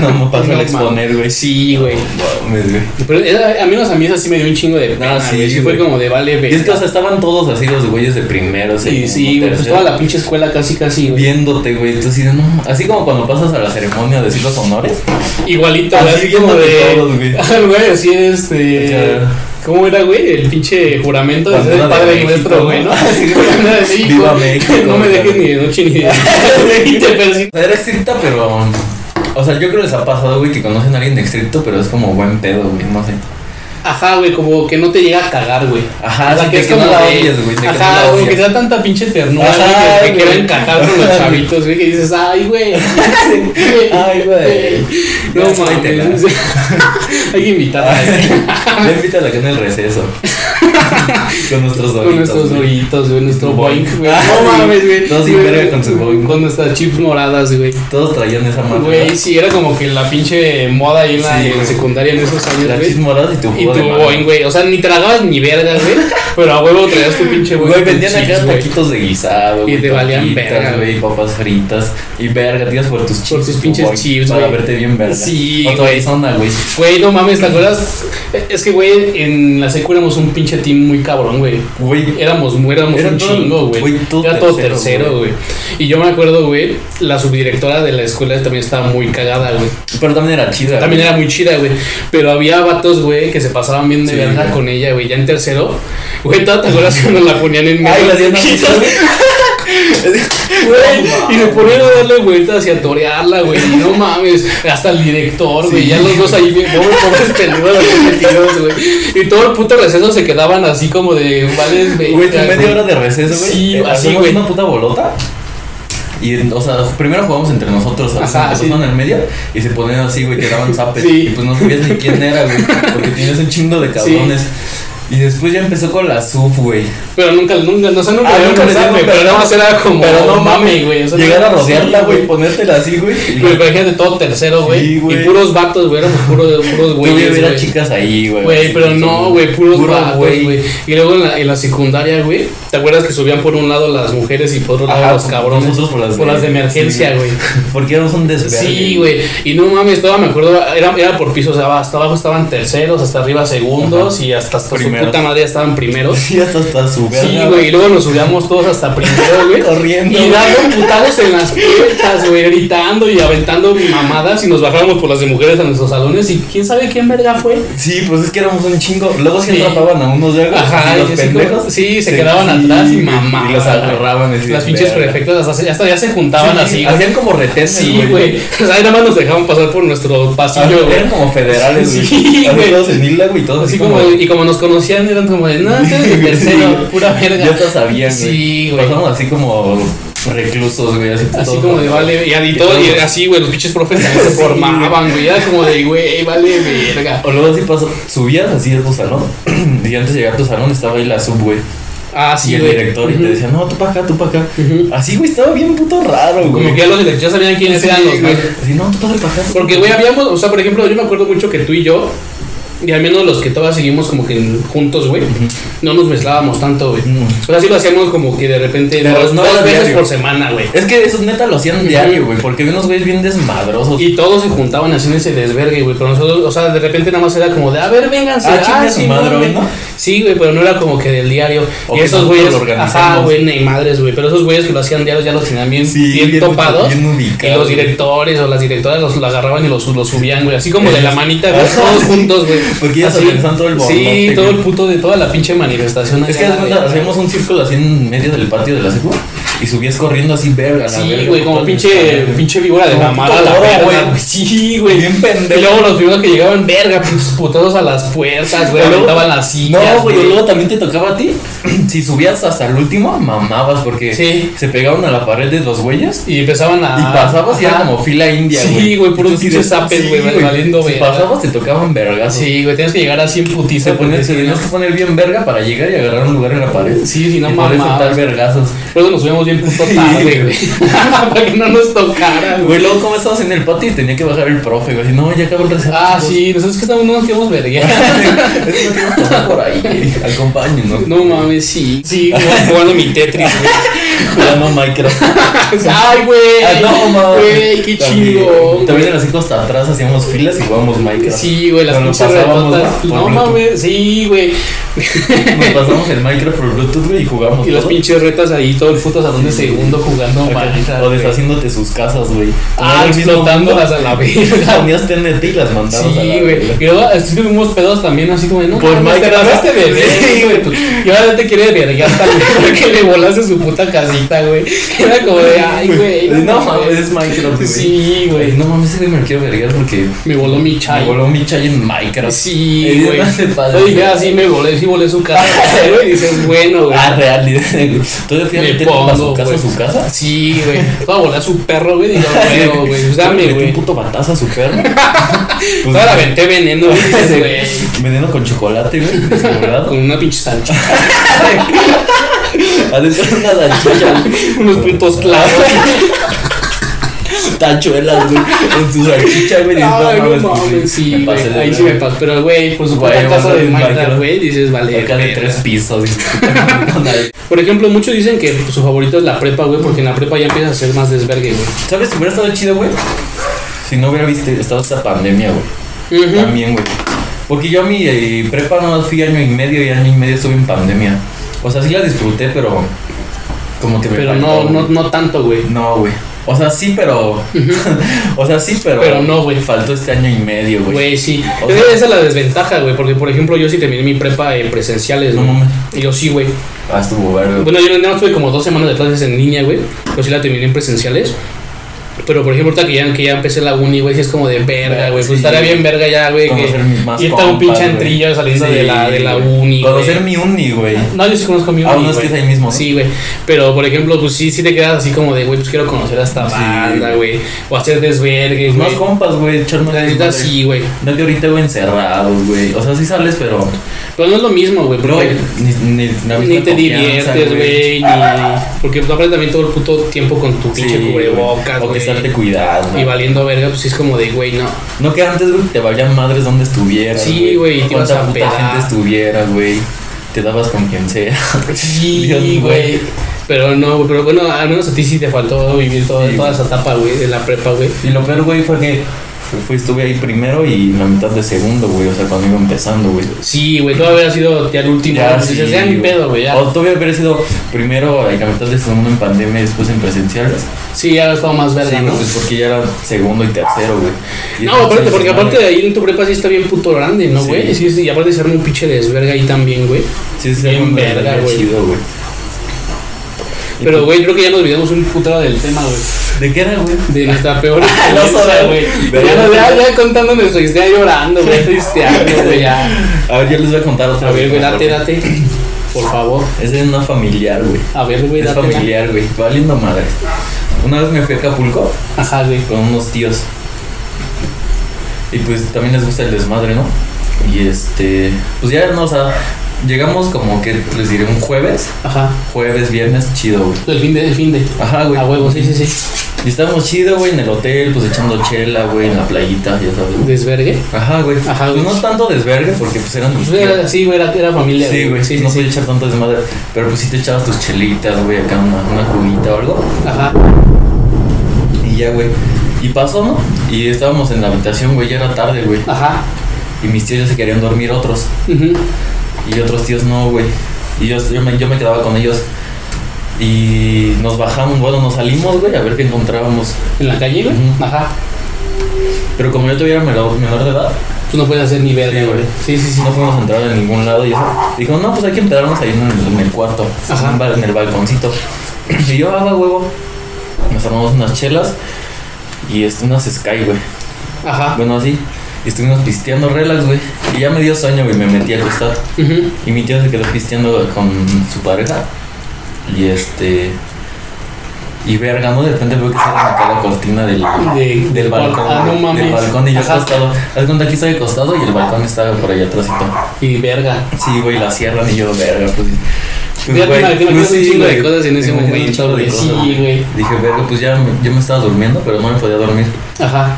[SPEAKER 2] No me pasó el
[SPEAKER 1] No,
[SPEAKER 2] exponer, güey.
[SPEAKER 1] Sí, güey.
[SPEAKER 2] No mames, güey.
[SPEAKER 1] Pero era- a menos a mí esa sí me dio un chingo de pena,
[SPEAKER 2] Ah, sí,
[SPEAKER 1] güey. Sí, fue
[SPEAKER 2] güey.
[SPEAKER 1] como de, vale,
[SPEAKER 2] Y
[SPEAKER 1] verga.
[SPEAKER 2] es que, o sea, estaban todos así los güeyes de primero,
[SPEAKER 1] Sí,
[SPEAKER 2] segundo,
[SPEAKER 1] sí, güey, pues
[SPEAKER 2] tercero,
[SPEAKER 1] toda la pinche escuela casi, casi, güey.
[SPEAKER 2] viéndote, güey. Tú así de, no, así como cuando pasas a la ceremonia de decir los honores.
[SPEAKER 1] Igualito,
[SPEAKER 2] Así
[SPEAKER 1] güey, así como
[SPEAKER 2] viéndote
[SPEAKER 1] de.
[SPEAKER 2] todos, güey.
[SPEAKER 1] Ah, güey, así
[SPEAKER 2] O
[SPEAKER 1] este.
[SPEAKER 2] sea,
[SPEAKER 1] ¿Cómo era, güey? El pinche juramento de
[SPEAKER 2] Cuando
[SPEAKER 1] ser
[SPEAKER 2] era
[SPEAKER 1] el
[SPEAKER 2] de
[SPEAKER 1] padre
[SPEAKER 2] México,
[SPEAKER 1] nuestro, güey, ¿no?
[SPEAKER 2] ¿no? Sí, güey.
[SPEAKER 1] Cuando era de México.
[SPEAKER 2] Viva México,
[SPEAKER 1] No me
[SPEAKER 2] güey.
[SPEAKER 1] dejes ni de noche ni de día. Y te persigo.
[SPEAKER 2] o sea, era estricta, pero. O sea, yo creo que les ha pasado, güey, que conocen a alguien de estricto, pero es como buen pedo, güey, no sé.
[SPEAKER 1] Ajá, güey, como que no te llega a cagar, güey.
[SPEAKER 2] Ajá,
[SPEAKER 1] O sea,
[SPEAKER 2] Ah, sí,
[SPEAKER 1] que
[SPEAKER 2] de
[SPEAKER 1] es
[SPEAKER 2] que no
[SPEAKER 1] como de-
[SPEAKER 2] la odies, güey, de que no
[SPEAKER 1] Ajá,
[SPEAKER 2] la
[SPEAKER 1] como que
[SPEAKER 2] odies.
[SPEAKER 1] te da tanta pinche ternura,
[SPEAKER 2] Ajá,
[SPEAKER 1] güey, que te
[SPEAKER 2] güey.
[SPEAKER 1] quieren encajar con los chavitos, güey, que dices, ay, güey.
[SPEAKER 2] Ay, güey.
[SPEAKER 1] No
[SPEAKER 2] Ya, tráetela.
[SPEAKER 1] mames. Hay que invitarla güey,
[SPEAKER 2] Me invita a la que en el receso. con nuestros doritos.
[SPEAKER 1] con nuestros
[SPEAKER 2] güey.
[SPEAKER 1] doritos, güey, nuestro boing,
[SPEAKER 2] Boing.
[SPEAKER 1] güey.
[SPEAKER 2] Ah,
[SPEAKER 1] No
[SPEAKER 2] sí.
[SPEAKER 1] mames, güey.
[SPEAKER 2] Todos sin
[SPEAKER 1] Güey,
[SPEAKER 2] verga con su boing.
[SPEAKER 1] Con nuestras chips moradas, güey.
[SPEAKER 2] Todos traían esa madre.
[SPEAKER 1] Güey, sí, era como que la pinche moda ahí en la,
[SPEAKER 2] Sí,
[SPEAKER 1] en la
[SPEAKER 2] güey.
[SPEAKER 1] secundaria en esos años,
[SPEAKER 2] La
[SPEAKER 1] güey.
[SPEAKER 2] chis morada y tu
[SPEAKER 1] Y
[SPEAKER 2] jugo de
[SPEAKER 1] tu
[SPEAKER 2] mango.
[SPEAKER 1] boing, güey. O sea, ni tragabas ni verga, güey. Pero a huevo traías tu pinche boing.
[SPEAKER 2] Güey,
[SPEAKER 1] con
[SPEAKER 2] vendían
[SPEAKER 1] chips,
[SPEAKER 2] acá
[SPEAKER 1] güey.
[SPEAKER 2] taquitos de guisado, güey.
[SPEAKER 1] Y te valían
[SPEAKER 2] taquitas,
[SPEAKER 1] verga,
[SPEAKER 2] güey. Papas fritas. Y verga, tías por tus chips.
[SPEAKER 1] tus
[SPEAKER 2] tu
[SPEAKER 1] pinches
[SPEAKER 2] boing,
[SPEAKER 1] chips,
[SPEAKER 2] Para
[SPEAKER 1] güey.
[SPEAKER 2] verte bien verga.
[SPEAKER 1] Sí,
[SPEAKER 2] O tu
[SPEAKER 1] güey.
[SPEAKER 2] Arizona, güey.
[SPEAKER 1] Güey, no mames, ¿te acuerdas? Es que, güey, en la secu éramos un pinche team muy cabrón, güey.
[SPEAKER 2] Güey.
[SPEAKER 1] Éramos, muy- éramos
[SPEAKER 2] Era
[SPEAKER 1] un
[SPEAKER 2] todo-
[SPEAKER 1] chingo, güey.
[SPEAKER 2] güey, todo
[SPEAKER 1] Era todo
[SPEAKER 2] tercero,
[SPEAKER 1] tercero, güey.
[SPEAKER 2] güey.
[SPEAKER 1] Y yo me acuerdo, güey, la subdirectora de la escuela también estaba muy cagada, güey.
[SPEAKER 2] Pero también era chida.
[SPEAKER 1] También
[SPEAKER 2] güey.
[SPEAKER 1] era muy chida, güey. Pero había vatos, güey, que se pasaban bien de
[SPEAKER 2] Sí,
[SPEAKER 1] verga
[SPEAKER 2] güey.
[SPEAKER 1] con ella, güey. Ya en tercero, güey, ¿te acuerdas cuando la ponían en medio?
[SPEAKER 2] Ay, las dieron
[SPEAKER 1] Güey, y me ponían a darle vueltas y a torearla, güey. Y no mames, hasta el director, güey.
[SPEAKER 2] Sí.
[SPEAKER 1] ya los dos ahí, bien pobres, pobres peludos, bien metidos, güey. Y todo el puto receso se quedaban así como de, vales,
[SPEAKER 2] Güey, tu
[SPEAKER 1] verga,
[SPEAKER 2] media hora de receso, güey.
[SPEAKER 1] Sí,
[SPEAKER 2] eh,
[SPEAKER 1] así,
[SPEAKER 2] hacemos
[SPEAKER 1] güey.
[SPEAKER 2] una puta bolota. Y, o sea, primero jugamos entre nosotros, a
[SPEAKER 1] Ajá,
[SPEAKER 2] veces
[SPEAKER 1] sí.
[SPEAKER 2] en el medio y se ponían así, güey, que daban zapes.
[SPEAKER 1] Sí.
[SPEAKER 2] Y pues no sabías ni quién era, güey, porque tenías un chingo de cabrones. Y después ya empezó con la SUF, güey.
[SPEAKER 1] Pero nunca, nunca, no sé, nunca
[SPEAKER 2] Ah,
[SPEAKER 1] le dieron
[SPEAKER 2] nunca le
[SPEAKER 1] zape,
[SPEAKER 2] dieron,
[SPEAKER 1] pero
[SPEAKER 2] pero
[SPEAKER 1] nada
[SPEAKER 2] no-
[SPEAKER 1] más era como,
[SPEAKER 2] pero no
[SPEAKER 1] mame,
[SPEAKER 2] mames,
[SPEAKER 1] güey. o sea,
[SPEAKER 2] Llegar a
[SPEAKER 1] sí,
[SPEAKER 2] rodearla, güey, ponértela así, güey. y-
[SPEAKER 1] Pero imagínate todo tercero, güey.
[SPEAKER 2] Sí, güey.
[SPEAKER 1] y puros vatos, güey. Éramos puros, puros
[SPEAKER 2] Tuve
[SPEAKER 1] güeyes,
[SPEAKER 2] ver a
[SPEAKER 1] güey.
[SPEAKER 2] chicas ahí, güey.
[SPEAKER 1] Güey,
[SPEAKER 2] así,
[SPEAKER 1] pero no, güey, puros
[SPEAKER 2] Puro
[SPEAKER 1] vatos,
[SPEAKER 2] güey.
[SPEAKER 1] güey. Y luego en la, en la secundaria, güey, ¿te acuerdas que subían por un lado las mujeres y por otro lado
[SPEAKER 2] Ajá,
[SPEAKER 1] los cabrones?
[SPEAKER 2] nosotros por las de-
[SPEAKER 1] de emergencia,
[SPEAKER 2] sí,
[SPEAKER 1] güey.
[SPEAKER 2] Porque éramos un desvergue.
[SPEAKER 1] Sí, güey. Y no mames, todavía me acuerdo, era, era por pisos, o sea, hasta abajo estaban terceros, hasta arriba segundos y hasta, hasta su
[SPEAKER 2] Primeros.
[SPEAKER 1] puta madre ya estaban primeros.
[SPEAKER 2] Sí, hasta, hasta su
[SPEAKER 1] Sí,
[SPEAKER 2] verga,
[SPEAKER 1] güey, y luego nos subíamos todos hasta primero, güey.
[SPEAKER 2] Corriendo,
[SPEAKER 1] Y
[SPEAKER 2] güey.
[SPEAKER 1] dando putados en las puertas, güey, gritando y aventando mamadas y nos bajábamos por las de mujeres a nuestros salones y quién sabe quién verga fue.
[SPEAKER 2] Sí, pues es que éramos un chingo. Luego se
[SPEAKER 1] Sí.
[SPEAKER 2] atrapaban a unos de algo,
[SPEAKER 1] Ajá,
[SPEAKER 2] así
[SPEAKER 1] y
[SPEAKER 2] los
[SPEAKER 1] así
[SPEAKER 2] pendejos.
[SPEAKER 1] como- sí, se quedaban atrás y mamaban.
[SPEAKER 2] Y los agarraban. así,
[SPEAKER 1] Las pinches
[SPEAKER 2] verga.
[SPEAKER 1] prefectas hasta, se- hasta ya se juntaban
[SPEAKER 2] Sí,
[SPEAKER 1] así, güey.
[SPEAKER 2] Hacían como retenes,
[SPEAKER 1] Sí, güey. O sea, nada más nos dejaban pasar por nuestro pasillo,
[SPEAKER 2] Hacían-
[SPEAKER 1] güey.
[SPEAKER 2] Eran como federales, güey.
[SPEAKER 1] Sí,
[SPEAKER 2] Así
[SPEAKER 1] güey.
[SPEAKER 2] Todos en isla, güey, todos
[SPEAKER 1] Así como, y como nos conocían, eran como de, no, este es el tercero, pura verga.
[SPEAKER 2] Ya te sabían, güey.
[SPEAKER 1] Sí, güey.
[SPEAKER 2] Pasamos así como reclusos, güey. Así,
[SPEAKER 1] Así
[SPEAKER 2] todos-
[SPEAKER 1] como de vale, y a- y todo, y así, güey, los pinches profes también se
[SPEAKER 2] Sí,
[SPEAKER 1] formaban, güey, era como de, güey, vale, verga.
[SPEAKER 2] O luego así pasó, subías así de tu salón. Y antes de llegar a tu salón estaba ahí la sub, güey.
[SPEAKER 1] Ah, sí,
[SPEAKER 2] y el
[SPEAKER 1] güey.
[SPEAKER 2] director y te
[SPEAKER 1] Ujú.
[SPEAKER 2] decía, no, tú para acá, tú para acá.
[SPEAKER 1] Ujú.
[SPEAKER 2] Así, güey, estaba bien puto raro, güey.
[SPEAKER 1] Como que ya los directores ya sabían quiénes eran los, güey.
[SPEAKER 2] Así, no, tú pásale para acá.
[SPEAKER 1] Porque, güey, habíamos, o sea, por ejemplo, yo me acuerdo mucho que tú y yo, y al menos los que todavía seguimos como que en- juntos, güey, no nos mezclábamos tanto, güey.
[SPEAKER 2] Mm.
[SPEAKER 1] O sea, sí lo hacíamos como que de repente
[SPEAKER 2] Pero
[SPEAKER 1] dos,
[SPEAKER 2] no
[SPEAKER 1] dos
[SPEAKER 2] era
[SPEAKER 1] veces
[SPEAKER 2] diario.
[SPEAKER 1] por semana, güey.
[SPEAKER 2] Es que esos neta lo hacían
[SPEAKER 1] Ujú.
[SPEAKER 2] diario, güey. Porque había unos güeyes bien desmadrosos.
[SPEAKER 1] Y todos se juntaban así en ese desvergue, güey. Pero nosotros, o sea, de repente nada más era como de, a ver, vénganse.
[SPEAKER 2] Ah, chinga su madre,
[SPEAKER 1] güey.
[SPEAKER 2] ¿no?
[SPEAKER 1] Sí, güey, pero no era como que del diario.
[SPEAKER 2] O
[SPEAKER 1] y
[SPEAKER 2] que
[SPEAKER 1] esos
[SPEAKER 2] nosotros
[SPEAKER 1] güeyes,
[SPEAKER 2] lo organizamos.
[SPEAKER 1] ajá, güey, ni madres, güey. Pero esos güeyes que lo hacían diarios ya los tenían bien,
[SPEAKER 2] Sí,
[SPEAKER 1] bien,
[SPEAKER 2] bien
[SPEAKER 1] topados.
[SPEAKER 2] bien
[SPEAKER 1] y
[SPEAKER 2] ubicados,
[SPEAKER 1] los
[SPEAKER 2] güey.
[SPEAKER 1] directores o las directoras los, lo agarraban y los, los subían, güey. Así como de la manita, güey,
[SPEAKER 2] Ajá.
[SPEAKER 1] todos juntos, güey.
[SPEAKER 2] Porque ellos
[SPEAKER 1] Así.
[SPEAKER 2] organizaban todo
[SPEAKER 1] Sí,
[SPEAKER 2] el borlote,
[SPEAKER 1] todo el
[SPEAKER 2] güey.
[SPEAKER 1] puto de toda la pinche manifestación.
[SPEAKER 2] Es que
[SPEAKER 1] allá,
[SPEAKER 2] haz cuenta,
[SPEAKER 1] güey.
[SPEAKER 2] hacíamos un círculo así en medio del patio de la secu. Y subías corriendo así, verga. la
[SPEAKER 1] Sí,
[SPEAKER 2] verga,
[SPEAKER 1] güey, como
[SPEAKER 2] puta
[SPEAKER 1] pinche,
[SPEAKER 2] madre.
[SPEAKER 1] pinche víbora de
[SPEAKER 2] Como
[SPEAKER 1] mamada
[SPEAKER 2] puto
[SPEAKER 1] la
[SPEAKER 2] toro,
[SPEAKER 1] verga,
[SPEAKER 2] güey.
[SPEAKER 1] güey. Sí, güey.
[SPEAKER 2] Bien pendejo.
[SPEAKER 1] Y luego los primeros que llegaban, verga, pinches putados a las puertas, güey,
[SPEAKER 2] Pero luego-
[SPEAKER 1] aventaban las sillas.
[SPEAKER 2] No, güey, y luego también te tocaba a ti. Si subías hasta el último, mamabas porque
[SPEAKER 1] Sí.
[SPEAKER 2] se pegaban a la pared de los güeyes.
[SPEAKER 1] Y empezaban a.
[SPEAKER 2] Y pasabas y era
[SPEAKER 1] Ajá.
[SPEAKER 2] como fila india,
[SPEAKER 1] Sí,
[SPEAKER 2] güey.
[SPEAKER 1] güey, puros
[SPEAKER 2] Y tú sí
[SPEAKER 1] pinches
[SPEAKER 2] de-
[SPEAKER 1] zapes,
[SPEAKER 2] sí,
[SPEAKER 1] güey, valiendo
[SPEAKER 2] Si
[SPEAKER 1] verga.
[SPEAKER 2] pasabas, te tocaban vergas.
[SPEAKER 1] Sí, güey, tienes que llegar así en putiza.
[SPEAKER 2] Se
[SPEAKER 1] porque
[SPEAKER 2] ponía, se
[SPEAKER 1] si
[SPEAKER 2] tenías
[SPEAKER 1] no-
[SPEAKER 2] que poner bien verga para llegar y agarrar un lugar en la pared.
[SPEAKER 1] Sí, sí, no
[SPEAKER 2] y poder
[SPEAKER 1] mamabas.
[SPEAKER 2] soltar vergazos.
[SPEAKER 1] Por eso nos subíamos bien puto tarde, güey. Para que no nos tocara, güey.
[SPEAKER 2] Güey, luego como estabas en el patio y tenía que bajar el profe, güey. Así, no, ya acabó el receso.
[SPEAKER 1] Ah, sí, nosotros que estamos, no nos quedamos verga.
[SPEAKER 2] Es que no tienes que pasar por ahí, güey. Acompáñenos.
[SPEAKER 1] No mames, sí. Sí, güey, jugando mi Tetris, güey.
[SPEAKER 2] Jugando Minecraft.
[SPEAKER 1] Ay, güey.
[SPEAKER 2] Ah, no, mames.
[SPEAKER 1] Güey, qué
[SPEAKER 2] También,
[SPEAKER 1] chido.
[SPEAKER 2] También en las 5 hasta atrás hacíamos filas y jugábamos Minecraft.
[SPEAKER 1] Sí, güey, las
[SPEAKER 2] Pero
[SPEAKER 1] pinches
[SPEAKER 2] nos pasábamos
[SPEAKER 1] redotas.
[SPEAKER 2] por
[SPEAKER 1] No
[SPEAKER 2] Bluetooth.
[SPEAKER 1] mames, sí, güey.
[SPEAKER 2] Nos pasamos el Minecraft por Bluetooth, güey, y jugamos.
[SPEAKER 1] Y las
[SPEAKER 2] todo.
[SPEAKER 1] pinches retas ahí, todo el puto fracción de segundo jugando manita.
[SPEAKER 2] O
[SPEAKER 1] güey.
[SPEAKER 2] deshaciéndote sus casas, güey.
[SPEAKER 1] Ah,
[SPEAKER 2] Poner el mismo
[SPEAKER 1] explotándolas a la
[SPEAKER 2] mundo,
[SPEAKER 1] verga.
[SPEAKER 2] Ponías TNT y las mandabas a la
[SPEAKER 1] Sí, güey.
[SPEAKER 2] verga.
[SPEAKER 1] Y luego así tuvimos pedos también, así como, de, no,
[SPEAKER 2] Por
[SPEAKER 1] mames, te
[SPEAKER 2] Minecraft.
[SPEAKER 1] pasaste de
[SPEAKER 2] Sí,
[SPEAKER 1] verga, güey. Y ahora te quiere vergar también porque le volaste su puta casita, güey. Era como de, ay, güey.
[SPEAKER 2] No mames, es Minecraft, güey.
[SPEAKER 1] Sí, güey.
[SPEAKER 2] Güey, no mames, ese güey me lo quiero vergar porque
[SPEAKER 1] Me voló mi
[SPEAKER 2] me
[SPEAKER 1] chai.
[SPEAKER 2] voló mi chay en Minecraft.
[SPEAKER 1] Sí,
[SPEAKER 2] Eh,
[SPEAKER 1] güey.
[SPEAKER 2] no hace falta.
[SPEAKER 1] Yo dije, ah, sí, me volé, sí volé su casa, güey. Y Dices, bueno, güey.
[SPEAKER 2] Ah, realidad. Entonces fui a
[SPEAKER 1] Me
[SPEAKER 2] meter a su
[SPEAKER 1] pongo,
[SPEAKER 2] casa, a
[SPEAKER 1] güey.
[SPEAKER 2] su casa.
[SPEAKER 1] Sí, güey. Voy a volar a su perro, güey. Digo, bueno, güey. pues
[SPEAKER 2] Le
[SPEAKER 1] Dame,
[SPEAKER 2] metí un
[SPEAKER 1] güey.
[SPEAKER 2] puto batazo a su perro. Pues,
[SPEAKER 1] Ahora aventé veneno, güey. dices, güey.
[SPEAKER 2] Veneno con chocolate, güey. desfigurado.
[SPEAKER 1] Con una pinche salcha.
[SPEAKER 2] Adentro de una salchicha, güey.
[SPEAKER 1] Unos putos clavos.
[SPEAKER 2] tachuelas, güey. En su salchicha, güey.
[SPEAKER 1] Ay, no
[SPEAKER 2] pues,
[SPEAKER 1] mames, sí,
[SPEAKER 2] me
[SPEAKER 1] güey.
[SPEAKER 2] pasé de
[SPEAKER 1] Ahí sí me
[SPEAKER 2] verga.
[SPEAKER 1] pasó. Pero, güey, por su
[SPEAKER 2] Güey,
[SPEAKER 1] puta casa
[SPEAKER 2] bueno,
[SPEAKER 1] de
[SPEAKER 2] es
[SPEAKER 1] Minecraft,
[SPEAKER 2] Minecraft.
[SPEAKER 1] güey, dices, vale.
[SPEAKER 2] Acá de
[SPEAKER 1] verga.
[SPEAKER 2] tres pisos. güey.
[SPEAKER 1] Por ejemplo, muchos dicen que pues, su favorito es la prepa, güey, porque en la prepa ya empiezas a ser más desvergue, güey.
[SPEAKER 2] ¿Sabes? Hubiera estado chido, güey. Si no hubiera visto, estado esta pandemia, güey.
[SPEAKER 1] Ujú.
[SPEAKER 2] También, güey. Porque yo a mi eh, prepa nomás fui año y medio y año y medio estuve en pandemia. O sea, sí la disfruté, pero como que me
[SPEAKER 1] Pero
[SPEAKER 2] faltó,
[SPEAKER 1] no,
[SPEAKER 2] güey.
[SPEAKER 1] no, no tanto, güey.
[SPEAKER 2] No, güey. O sea, sí, pero. o sea, sí, pero.
[SPEAKER 1] Pero no, güey.
[SPEAKER 2] Faltó este año y medio, güey.
[SPEAKER 1] Güey, sí.
[SPEAKER 2] O
[SPEAKER 1] Esa-
[SPEAKER 2] sea-
[SPEAKER 1] esa es la desventaja, güey, porque por ejemplo yo sí terminé mi prepa en presenciales,
[SPEAKER 2] No
[SPEAKER 1] güey.
[SPEAKER 2] mames.
[SPEAKER 1] Y yo sí, güey.
[SPEAKER 2] Ah, estuvo verga.
[SPEAKER 1] Bueno, yo no tuve como dos semanas de clases en línea, güey. Yo sí la terminé en presenciales. Pero por ejemplo, ahorita que ya, que ya empecé la uni, güey, sí es como de verga, güey.
[SPEAKER 2] Sí.
[SPEAKER 1] Pues estaría bien verga ya, güey. que-
[SPEAKER 2] Conocer mis más
[SPEAKER 1] Y está un pinche
[SPEAKER 2] compas, güey.
[SPEAKER 1] antrillo saliendo
[SPEAKER 2] Sí,
[SPEAKER 1] de, la, de la uni.
[SPEAKER 2] Conocer
[SPEAKER 1] güey.
[SPEAKER 2] mi uni, güey.
[SPEAKER 1] No, yo sí conozco a mi
[SPEAKER 2] Ah,
[SPEAKER 1] uni,
[SPEAKER 2] no, es
[SPEAKER 1] güey.
[SPEAKER 2] que es ahí mismo, ¿no?
[SPEAKER 1] Sí, güey. Pero, por ejemplo, pues sí, sí te quedas así como de, güey, pues quiero conocer a esta
[SPEAKER 2] Sí.
[SPEAKER 1] banda, güey. O hacer desvergues,
[SPEAKER 2] Mis
[SPEAKER 1] güey.
[SPEAKER 2] más compas, güey. Echarnos
[SPEAKER 1] La neta
[SPEAKER 2] desmadre.
[SPEAKER 1] sí, güey.
[SPEAKER 2] No que ahorita, güey, encerrados, güey. O sea, sí sales, pero.
[SPEAKER 1] Pero no es lo mismo, güey.
[SPEAKER 2] Bro,
[SPEAKER 1] porque-
[SPEAKER 2] ni, ni, la
[SPEAKER 1] Ni
[SPEAKER 2] misma
[SPEAKER 1] te
[SPEAKER 2] confianza,
[SPEAKER 1] diviertes, güey, ni... Porque tú aprendes también todo el puto tiempo con tu pinche
[SPEAKER 2] Sí,
[SPEAKER 1] cubrebocas,
[SPEAKER 2] O que estarte
[SPEAKER 1] güey.
[SPEAKER 2] cuidado.
[SPEAKER 1] Y valiendo verga, pues sí es como de, güey, no.
[SPEAKER 2] No que antes, güey, te valían madres donde estuvieras.
[SPEAKER 1] Sí, güey, te ibas
[SPEAKER 2] Cuánta
[SPEAKER 1] a
[SPEAKER 2] puta
[SPEAKER 1] pedar.
[SPEAKER 2] gente estuviera, güey. Te dabas con quien sea. Dios,
[SPEAKER 1] Pues Sí,
[SPEAKER 2] güey.
[SPEAKER 1] güey. Pero no, güey, pero bueno, al menos a ti sí te faltó vivir todo,
[SPEAKER 2] Sí,
[SPEAKER 1] toda esa etapa, güey, de la prepa, güey.
[SPEAKER 2] Y lo peor, güey, fue que fui, fui- estuve ahí primero y la mitad de segundo, güey. O sea, cuando iba empezando, güey.
[SPEAKER 1] Sí, güey, tú habrías sido ya el último. Ya,
[SPEAKER 2] sí,
[SPEAKER 1] dices, ya mi
[SPEAKER 2] güey.
[SPEAKER 1] pedo, güey, ya.
[SPEAKER 2] O todavía hubiera sido primero y la mitad de segundo en pandemia y después en presenciales.
[SPEAKER 1] Sí, ya has estado más verga,
[SPEAKER 2] sí,
[SPEAKER 1] ¿no?
[SPEAKER 2] Pues porque ya era segundo y tercero, güey. Y
[SPEAKER 1] No, aparte,
[SPEAKER 2] entonces,
[SPEAKER 1] porque
[SPEAKER 2] no,
[SPEAKER 1] aparte de ahí en tu prepa sí está bien puto grande, ¿no,
[SPEAKER 2] Sí.
[SPEAKER 1] güey? Sí, sí, y aparte se arma un pinche desverga ahí también, güey.
[SPEAKER 2] Sí, sí,
[SPEAKER 1] Bien
[SPEAKER 2] un
[SPEAKER 1] verga,
[SPEAKER 2] verga,
[SPEAKER 1] güey.
[SPEAKER 2] chido, güey. Y
[SPEAKER 1] Pero,
[SPEAKER 2] tú-
[SPEAKER 1] güey, creo que ya nos olvidamos un putero del tema, güey.
[SPEAKER 2] ¿De qué era, güey?
[SPEAKER 1] De nuestra peor
[SPEAKER 2] Ah, no
[SPEAKER 1] experiencia,
[SPEAKER 2] sabes.
[SPEAKER 1] güey.
[SPEAKER 2] Pero-
[SPEAKER 1] Ya, no- ya, ya contando nuestra historia llorando, güey, tristeando, güey, ya.
[SPEAKER 2] A ver, yo les voy a contar otra
[SPEAKER 1] A ver,
[SPEAKER 2] vez,
[SPEAKER 1] güey,
[SPEAKER 2] otra
[SPEAKER 1] date,
[SPEAKER 2] vez.
[SPEAKER 1] date. Por favor.
[SPEAKER 2] Es de una familiar, güey.
[SPEAKER 1] A ver, güey,
[SPEAKER 2] Es
[SPEAKER 1] date. date.
[SPEAKER 2] familiar, güey. Valiendo madre. Una vez me fui a Acapulco
[SPEAKER 1] Ajá, güey.
[SPEAKER 2] con unos tíos. Y pues también les gusta el desmadre, ¿no? Y este. Pues ya, no, o sea, llegamos como que les diré un jueves.
[SPEAKER 1] Ajá.
[SPEAKER 2] Jueves, viernes, chido, güey.
[SPEAKER 1] El fin de, el fin de.
[SPEAKER 2] Ajá, güey.
[SPEAKER 1] A huevo, sí, sí, sí.
[SPEAKER 2] Y estábamos chido, güey, en el hotel, pues echando chela, güey, en la playita, ya sabes.
[SPEAKER 1] Desvergue.
[SPEAKER 2] Ajá, güey.
[SPEAKER 1] Ajá,
[SPEAKER 2] Pues
[SPEAKER 1] güey.
[SPEAKER 2] no tanto desvergue, porque pues eran mis
[SPEAKER 1] Pues
[SPEAKER 2] tíos.
[SPEAKER 1] era, sí, güey, era, era familia.
[SPEAKER 2] Sí, güey,
[SPEAKER 1] Sí,
[SPEAKER 2] no
[SPEAKER 1] sí, sí.
[SPEAKER 2] podía echar tanto desmadre. Pero pues sí te echabas tus chelitas, güey, acá una, una cubita o algo.
[SPEAKER 1] Ajá.
[SPEAKER 2] Y ya, güey. Y pasó, ¿no? Y estábamos en la habitación, güey, ya era tarde, güey.
[SPEAKER 1] Ajá.
[SPEAKER 2] Y mis tíos ya se querían dormir otros.
[SPEAKER 1] Ujú.
[SPEAKER 2] Y otros tíos no, güey. Y yo, yo, me, yo me quedaba con ellos. Y nos bajamos, bueno, nos salimos, güey, a ver qué encontrábamos.
[SPEAKER 1] En la calle, güey.
[SPEAKER 2] Ujú.
[SPEAKER 1] Ajá.
[SPEAKER 2] Pero como yo tuviera menor, menor de edad,
[SPEAKER 1] Tú no puedes hacer ni verga,
[SPEAKER 2] Sí,
[SPEAKER 1] güey.
[SPEAKER 2] güey.
[SPEAKER 1] Sí, sí, sí.
[SPEAKER 2] no pudimos entrar en ningún lado. Y eso. Dijo, no, pues hay que entrarnos ahí en el, en el cuarto,
[SPEAKER 1] Ajá.
[SPEAKER 2] en el bal- en el balconcito. Y yo, haga huevo. Nos armamos unas chelas y este, unas Sky, güey.
[SPEAKER 1] Ajá.
[SPEAKER 2] Bueno, así. Y estuvimos pisteando relax, güey. Y ya me dio sueño, güey. Me metí a acostar.
[SPEAKER 1] Ujú.
[SPEAKER 2] Y mi tío se quedó pisteando con su pareja. Y este. Y verga, ¿no? De repente veo que sale acá la cortina del,
[SPEAKER 1] De-
[SPEAKER 2] del balcón.
[SPEAKER 1] Ah, no
[SPEAKER 2] güey,
[SPEAKER 1] mames.
[SPEAKER 2] Del balcón y yo
[SPEAKER 1] Ajá.
[SPEAKER 2] acostado. Haz cuenta que estoy acostado y el balcón está por allá atrásito.
[SPEAKER 1] Y verga.
[SPEAKER 2] Sí, güey, la cierran y yo, verga, pues. pues,
[SPEAKER 1] Ya te
[SPEAKER 2] güey,
[SPEAKER 1] imag- te imaginas
[SPEAKER 2] pues,
[SPEAKER 1] un
[SPEAKER 2] sí,
[SPEAKER 1] chingo de
[SPEAKER 2] güey,
[SPEAKER 1] cosas en
[SPEAKER 2] me
[SPEAKER 1] ese
[SPEAKER 2] imaginé un
[SPEAKER 1] momento,
[SPEAKER 2] chingo de
[SPEAKER 1] güey.
[SPEAKER 2] cosas,
[SPEAKER 1] Sí, güey.
[SPEAKER 2] Dije, verga, pues ya me- yo me estaba durmiendo, pero no me podía dormir.
[SPEAKER 1] Ajá.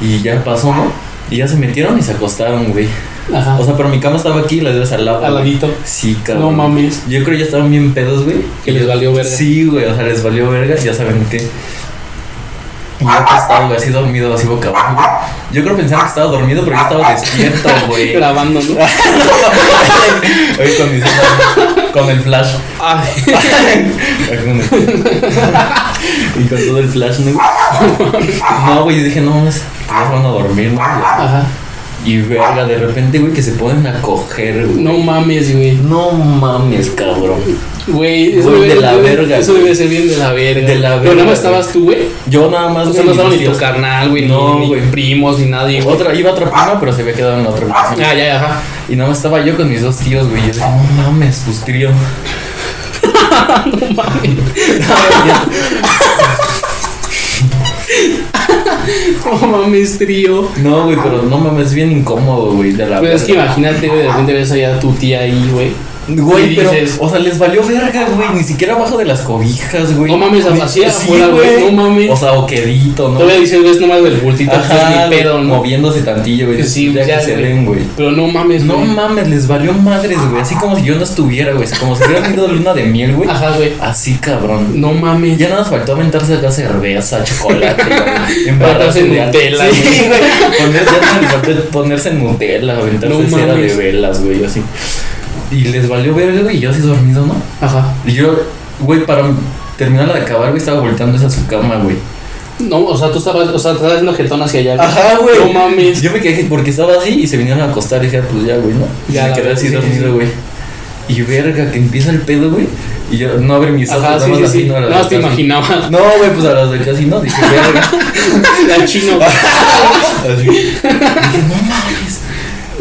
[SPEAKER 2] Y ya pasó, ¿no? Y ya se metieron y se acostaron, güey.
[SPEAKER 1] Ajá.
[SPEAKER 2] O sea, pero mi cama estaba aquí y las dos al lado.
[SPEAKER 1] Al
[SPEAKER 2] güey.
[SPEAKER 1] ladito.
[SPEAKER 2] Sí, cabrón.
[SPEAKER 1] No mames.
[SPEAKER 2] Yo creo que ya estaban bien pedos, güey.
[SPEAKER 1] Que les valió verga.
[SPEAKER 2] Sí, güey, o sea, les valió verga, ya saben qué. Y yo acostado, güey, así dormido, así boca abajo, güey. Yo creo que pensaban que estaba dormido, pero yo estaba despierto, güey.
[SPEAKER 1] grabando, ¿no?
[SPEAKER 2] Oye, con mis ojos, con el flash.
[SPEAKER 1] Ay,
[SPEAKER 2] y con todo el flash, ¿no? No, güey, yo dije, no mames, ya se van a dormir, ¿no?
[SPEAKER 1] ajá.
[SPEAKER 2] Y verga, de repente, güey, que se ponen a coger, güey.
[SPEAKER 1] No mames, güey.
[SPEAKER 2] No mames, cabrón.
[SPEAKER 1] Güey, eso,
[SPEAKER 2] Güey,
[SPEAKER 1] debe-
[SPEAKER 2] de la
[SPEAKER 1] debe-
[SPEAKER 2] verga,
[SPEAKER 1] eso
[SPEAKER 2] güey.
[SPEAKER 1] debe ser bien de la verga.
[SPEAKER 2] De
[SPEAKER 1] Pero
[SPEAKER 2] la verga,
[SPEAKER 1] nada más
[SPEAKER 2] güey.
[SPEAKER 1] estabas tú, güey.
[SPEAKER 2] Yo nada más,
[SPEAKER 1] O sea, no estaba ni
[SPEAKER 2] mis
[SPEAKER 1] tu
[SPEAKER 2] tíos-
[SPEAKER 1] carnal, güey,
[SPEAKER 2] No,
[SPEAKER 1] no, ni,
[SPEAKER 2] güey.
[SPEAKER 1] primos, ni nadie. güey.
[SPEAKER 2] Otra, iba otra prima, pero se había quedado en la otra
[SPEAKER 1] Ah,
[SPEAKER 2] habitación.
[SPEAKER 1] ya, ya, ajá.
[SPEAKER 2] Y nada más estaba yo con mis dos tíos, güey. Y yo dije, no mames, pues trío.
[SPEAKER 1] No mames. No mames, trío.
[SPEAKER 2] No, güey, pero no mames, bien incómodo, güey, de la
[SPEAKER 1] Pero Pues, es que
[SPEAKER 2] verga.
[SPEAKER 1] imagínate, güey, de repente ves allá a tu tía ahí, güey.
[SPEAKER 2] Güey,
[SPEAKER 1] Y
[SPEAKER 2] pero,
[SPEAKER 1] dices-
[SPEAKER 2] o sea, les valió verga, güey, ni siquiera abajo de las cobijas, güey.
[SPEAKER 1] No mames,
[SPEAKER 2] Ni-
[SPEAKER 1] así afuera, güey, no mames.
[SPEAKER 2] O sea, o quedito, ¿no?
[SPEAKER 1] Todavía dices, ves nomás del bultito,
[SPEAKER 2] Ajá,
[SPEAKER 1] es mi pedo, ¿no?
[SPEAKER 2] moviéndose tantillo, güey,
[SPEAKER 1] Sí,
[SPEAKER 2] ya,
[SPEAKER 1] ya,
[SPEAKER 2] que se
[SPEAKER 1] güey.
[SPEAKER 2] den, güey.
[SPEAKER 1] Pero no mames,
[SPEAKER 2] No
[SPEAKER 1] güey.
[SPEAKER 2] mames, les valió madres, güey, así como si yo no estuviera, güey, como si hubieran ido de luna de miel, güey.
[SPEAKER 1] Ajá, güey.
[SPEAKER 2] Así, cabrón.
[SPEAKER 1] No mames.
[SPEAKER 2] Ya nada más faltó aventarse acá cerveza, chocolate, güey,
[SPEAKER 1] Aventarse
[SPEAKER 2] en barras
[SPEAKER 1] en
[SPEAKER 2] de alcohol.
[SPEAKER 1] Nutella,
[SPEAKER 2] Sí,
[SPEAKER 1] güey.
[SPEAKER 2] güey. Poner- ya nada más faltó ponerse en Nutella, aventarse
[SPEAKER 1] No
[SPEAKER 2] cera de
[SPEAKER 1] mames.
[SPEAKER 2] velas, güey, así. Y les valió verga, güey, y yo así dormido, ¿no?
[SPEAKER 1] Ajá.
[SPEAKER 2] Y yo, güey, para terminar de acabar, güey, estaba volteando a su cama, güey.
[SPEAKER 1] No, o sea, tú estabas, o sea, estabas haciendo jetón hacia allá. güey.
[SPEAKER 2] Ajá, güey.
[SPEAKER 1] No mames.
[SPEAKER 2] Yo me quedé porque estaba así y se vinieron a acostar y dije, pues ya, güey, ¿no? Y
[SPEAKER 1] Ya,
[SPEAKER 2] me
[SPEAKER 1] la
[SPEAKER 2] quedé así
[SPEAKER 1] verdad, sí, sí,
[SPEAKER 2] dormido,
[SPEAKER 1] sí.
[SPEAKER 2] güey. Y verga, que empieza el pedo, güey. Y yo no abrí mis ojos,
[SPEAKER 1] Ajá, sí,
[SPEAKER 2] nada
[SPEAKER 1] sí,
[SPEAKER 2] más
[SPEAKER 1] sí.
[SPEAKER 2] así, no, a
[SPEAKER 1] Nada
[SPEAKER 2] las
[SPEAKER 1] más te
[SPEAKER 2] de casi.
[SPEAKER 1] imaginaba.
[SPEAKER 2] No, güey, pues a las de casi no. Dije, verga.
[SPEAKER 1] La chino, güey.
[SPEAKER 2] Así. Dije, no mames.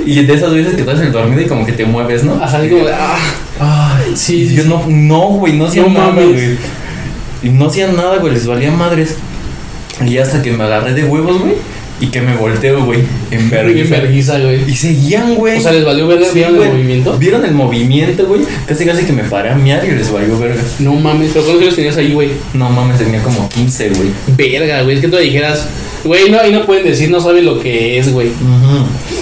[SPEAKER 2] Y de esas veces que estás en el dormido y como que te mueves, ¿no?
[SPEAKER 1] Ajá, así como de, ah.
[SPEAKER 2] Ay,
[SPEAKER 1] Sí,
[SPEAKER 2] sí,
[SPEAKER 1] sí,
[SPEAKER 2] yo
[SPEAKER 1] sí.
[SPEAKER 2] no, no, güey, no hacía
[SPEAKER 1] No
[SPEAKER 2] nada,
[SPEAKER 1] mames.
[SPEAKER 2] güey. Y no hacía nada, güey, les valía madres. Y hasta que me agarré de huevos, güey, y que me volteo, güey,
[SPEAKER 1] Bien
[SPEAKER 2] en vergüenza.
[SPEAKER 1] verguiza, güey.
[SPEAKER 2] Y seguían, güey.
[SPEAKER 1] O sea, les valió verga,
[SPEAKER 2] Sí,
[SPEAKER 1] vieron
[SPEAKER 2] güey.
[SPEAKER 1] el movimiento.
[SPEAKER 2] Vieron el movimiento, güey. Casi casi que me paré a miar y les valió verga.
[SPEAKER 1] No mames, pero ¿cuántos años tenías ahí, güey?
[SPEAKER 2] No mames, tenía como 15, güey.
[SPEAKER 1] Verga, güey, es que tú le dijeras, güey, no, ahí no pueden decir, no saben lo que es, güey.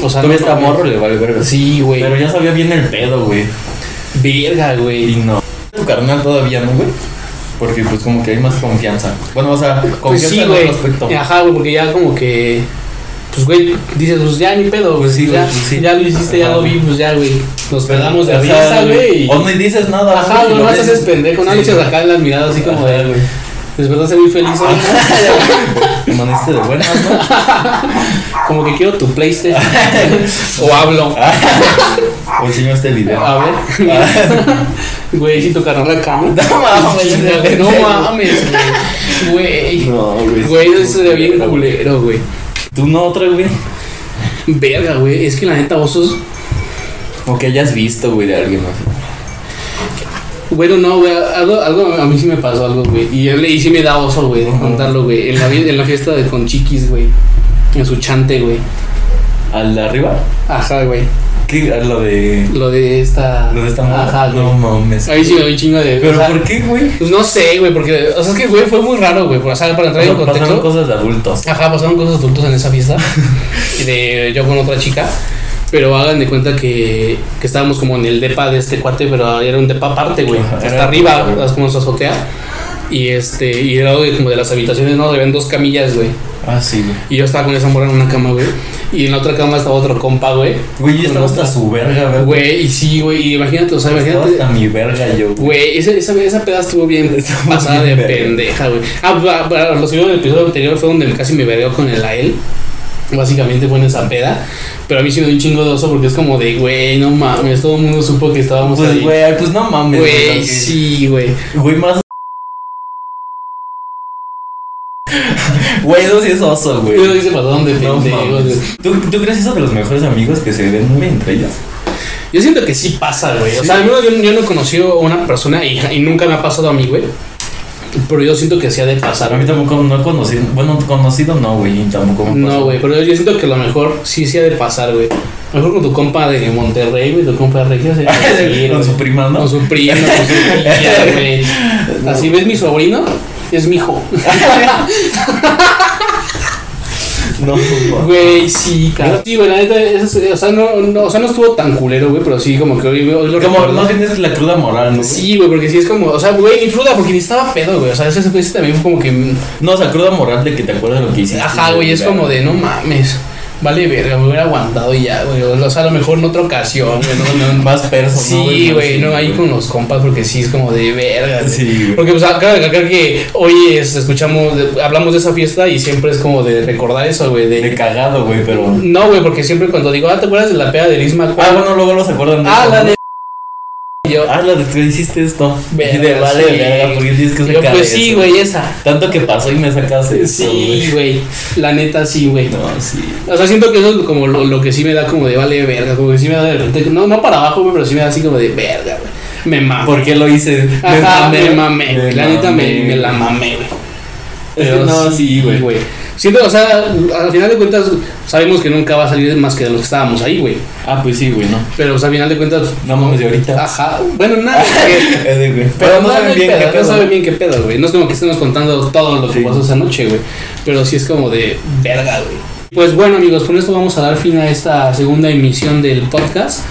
[SPEAKER 1] O sea,
[SPEAKER 2] Todavía
[SPEAKER 1] no
[SPEAKER 2] está
[SPEAKER 1] mames.
[SPEAKER 2] morro, le vale verga.
[SPEAKER 1] Sí, güey.
[SPEAKER 2] Pero ya sabía bien el pedo, güey.
[SPEAKER 1] Verga,
[SPEAKER 2] Y
[SPEAKER 1] güey.
[SPEAKER 2] no. Tu carnal todavía no, güey. Porque pues como que hay más confianza. Bueno, o sea, confianza
[SPEAKER 1] Pues sí,
[SPEAKER 2] en otro
[SPEAKER 1] güey.
[SPEAKER 2] aspecto.
[SPEAKER 1] Ajá, güey, porque ya como que. Pues, güey, dices, pues ya ni pedo,
[SPEAKER 2] Pues sí,
[SPEAKER 1] ya,
[SPEAKER 2] güey, pues sí.
[SPEAKER 1] ya lo hiciste, ya
[SPEAKER 2] Ajá.
[SPEAKER 1] lo vi, pues ya, güey. Nos
[SPEAKER 2] Pero,
[SPEAKER 1] perdamos de
[SPEAKER 2] ajá,
[SPEAKER 1] vista, güey. y-
[SPEAKER 2] O no dices nada.
[SPEAKER 1] Ajá,
[SPEAKER 2] güey,
[SPEAKER 1] güey, no
[SPEAKER 2] lo
[SPEAKER 1] te haces
[SPEAKER 2] ves.
[SPEAKER 1] pendejo, no le
[SPEAKER 2] Sí.
[SPEAKER 1] echas acá en las miradas así como
[SPEAKER 2] Ajá,
[SPEAKER 1] de.
[SPEAKER 2] güey.
[SPEAKER 1] Despertaste muy feliz, güey.
[SPEAKER 2] Amaneciste este de buenas, ¿no?
[SPEAKER 1] Como que quiero tu PlayStation. o hablo.
[SPEAKER 2] O enseñó este video.
[SPEAKER 1] A ver. Güey, si tu carnal acá. No
[SPEAKER 2] mames,
[SPEAKER 1] No mames, güey. Güey.
[SPEAKER 2] No, güey.
[SPEAKER 1] Güey, eso se ve bien culero, güey.
[SPEAKER 2] Tú no otra, güey.
[SPEAKER 1] Verga, güey. Es que la neta, vos sos.
[SPEAKER 2] O que hayas visto, güey, de alguien más.
[SPEAKER 1] Bueno, no, güey, algo, algo a mí sí me pasó algo, güey. Y, yo le- y sí me da oso, güey, de
[SPEAKER 2] Ajá.
[SPEAKER 1] contarlo, güey. En la, vi- en la fiesta de con chiquis, güey. En su chante, güey.
[SPEAKER 2] ¿Al de arriba?
[SPEAKER 1] Ajá, güey.
[SPEAKER 2] ¿Qué? ¿A lo de.
[SPEAKER 1] Lo de esta.
[SPEAKER 2] Lo de esta morra?
[SPEAKER 1] Ajá, güey.
[SPEAKER 2] No mames.
[SPEAKER 1] Ahí sí me doy un chingo de.
[SPEAKER 2] ¿Pero
[SPEAKER 1] o sea,
[SPEAKER 2] por qué, güey?
[SPEAKER 1] Pues no sé, güey, porque. O sea, es que, güey, fue muy raro, güey. O sea, para entrar en
[SPEAKER 2] O sea, pasaron
[SPEAKER 1] contexto. Ah.
[SPEAKER 2] cosas de adultos.
[SPEAKER 1] Ajá, pasaron cosas adultos en esa fiesta. y de yo con otra chica. Pero hagan de cuenta que, que estábamos como en el depa de este cuate, pero era un depa aparte, güey.
[SPEAKER 2] Ajá,
[SPEAKER 1] Hasta
[SPEAKER 2] era-
[SPEAKER 1] arriba, es como su azotea. Y este, y era de- como de las habitaciones, ¿no? Habían dos camillas, güey.
[SPEAKER 2] Ah, sí, güey.
[SPEAKER 1] Y yo estaba con esa morra en una cama, güey. Y en la otra cama estaba otro compa, güey.
[SPEAKER 2] Güey, yo estaba
[SPEAKER 1] Con
[SPEAKER 2] hasta su verga, güey.
[SPEAKER 1] Güey, y sí, güey. Y imagínate, o sea,
[SPEAKER 2] Estaba
[SPEAKER 1] imagínate.
[SPEAKER 2] hasta mi verga yo, güey.
[SPEAKER 1] Güey, esa, esa, esa peda estuvo bien
[SPEAKER 2] Estuvo
[SPEAKER 1] pasada
[SPEAKER 2] bien
[SPEAKER 1] de
[SPEAKER 2] verga.
[SPEAKER 1] pendeja, güey. Ah, pa- para los que vieron el episodio anterior fue donde casi me verdeó con el AEL. Básicamente fue en esa peda. Pero a mí sí me dio un chingo de oso porque es como de, güey, no mames, todo el mundo supo que estábamos
[SPEAKER 2] Pues,
[SPEAKER 1] ahí.
[SPEAKER 2] güey, ay, pues no mames.
[SPEAKER 1] Güey,
[SPEAKER 2] porque-
[SPEAKER 1] sí, güey.
[SPEAKER 2] Güey, más. Güey, eso sí es oso, güey.
[SPEAKER 1] Pero dice pasaron de
[SPEAKER 2] No
[SPEAKER 1] pendejos,
[SPEAKER 2] mames.
[SPEAKER 1] güey.
[SPEAKER 2] ¿Tú, ¿Tú crees eso de los mejores amigos que se ven muy entre ellos?
[SPEAKER 1] Yo siento que sí pasa, güey. O sea, al menos yo, yo no he conocido a una persona y, y nunca me ha pasado a mí, güey. Pero yo siento que sí ha de pasar.
[SPEAKER 2] A mí tampoco no he conocido. Bueno, conocido no, güey. y Tampoco me
[SPEAKER 1] No,
[SPEAKER 2] pasó.
[SPEAKER 1] güey, pero yo siento que a lo mejor sí se ha de pasar, güey. A lo mejor con tu compa de Monterrey, güey, tu compa de Regio se ha de seguir,
[SPEAKER 2] Con
[SPEAKER 1] güey.
[SPEAKER 2] su prima, ¿no?
[SPEAKER 1] Con su primo, con su tía, güey. Así ves mi sobrino, es mi hijo.
[SPEAKER 2] No,
[SPEAKER 1] Güey, sí, cabrón. Sí, güey, la neta, eso es- o, sea, no, no- o sea, no estuvo tan culero, güey, pero sí, como que hoy, hoy lo
[SPEAKER 2] Como
[SPEAKER 1] recuerdo.
[SPEAKER 2] más bien es la cruda moral, ¿no?
[SPEAKER 1] Sí, güey, porque sí es como, o sea, güey, ni fruta, porque ni estaba pedo, güey. O sea, ese, ese también fue como que.
[SPEAKER 2] No, o sea, cruda moral de que te acuerdas de lo que hiciste.
[SPEAKER 1] Ajá, güey, es como de no mames. Vale, verga, me hubiera aguantado y ya, güey. O sea, a lo mejor en otra ocasión, güey. No, no,
[SPEAKER 2] Más perso, ¿no?
[SPEAKER 1] sí,
[SPEAKER 2] Más
[SPEAKER 1] güey,
[SPEAKER 2] así,
[SPEAKER 1] no, ahí con los compas, porque sí es como de verga. güey.
[SPEAKER 2] Sí, güey.
[SPEAKER 1] Porque, pues, acaba de recalcar que hoy es- escuchamos, de- hablamos de esa fiesta y siempre es como de recordar eso, güey. De,
[SPEAKER 2] De cagado, güey, pero.
[SPEAKER 1] no, güey, porque siempre cuando digo, ah, ¿te acuerdas de la peda de Isma?
[SPEAKER 2] Ah, bueno, luego los acuerdan de
[SPEAKER 1] ah,
[SPEAKER 2] eso,
[SPEAKER 1] la
[SPEAKER 2] ¿no?
[SPEAKER 1] de. Y Yo,
[SPEAKER 2] Ah, la de tú hiciste esto.
[SPEAKER 1] Verga,
[SPEAKER 2] Y de vale,
[SPEAKER 1] sí.
[SPEAKER 2] verga, porque tienes que
[SPEAKER 1] yo,
[SPEAKER 2] sacar
[SPEAKER 1] pues
[SPEAKER 2] eso.
[SPEAKER 1] sí, güey, esa.
[SPEAKER 2] Tanto que pasó y me sacaste esto,
[SPEAKER 1] Sí, güey. La neta, sí, güey.
[SPEAKER 2] No, sí.
[SPEAKER 1] O sea, siento que eso es como lo, lo que sí me da como de vale verga, como que sí me da de repente, no, no para abajo, güey, pero sí me da así como de verga, güey. Me mamé.
[SPEAKER 2] ¿Por qué lo hice?
[SPEAKER 1] Ajá, me mamé,
[SPEAKER 2] me
[SPEAKER 1] güey. La neta me,
[SPEAKER 2] mamé.
[SPEAKER 1] me la mamé, güey.
[SPEAKER 2] Es que
[SPEAKER 1] Pero
[SPEAKER 2] no, sí, güey.
[SPEAKER 1] Siento, o sea, al final de cuentas, sabemos que nunca va a salir más que de lo que estábamos ahí, güey.
[SPEAKER 2] Ah, pues sí, güey, no.
[SPEAKER 1] Pero, o sea, al final de cuentas.
[SPEAKER 2] No mames, de ahorita.
[SPEAKER 1] Ajá. Bueno, nada, güey.
[SPEAKER 2] Ese, güey.
[SPEAKER 1] Pero no saben bien
[SPEAKER 2] qué
[SPEAKER 1] pedo, no
[SPEAKER 2] pedo.
[SPEAKER 1] saben bien qué pedo, güey. No es como que estemos contando todo lo que
[SPEAKER 2] Sí.
[SPEAKER 1] pasó esa noche, güey. Pero sí es como de verga, güey. Pues bueno, amigos, con esto vamos a dar fin a esta segunda emisión del podcast.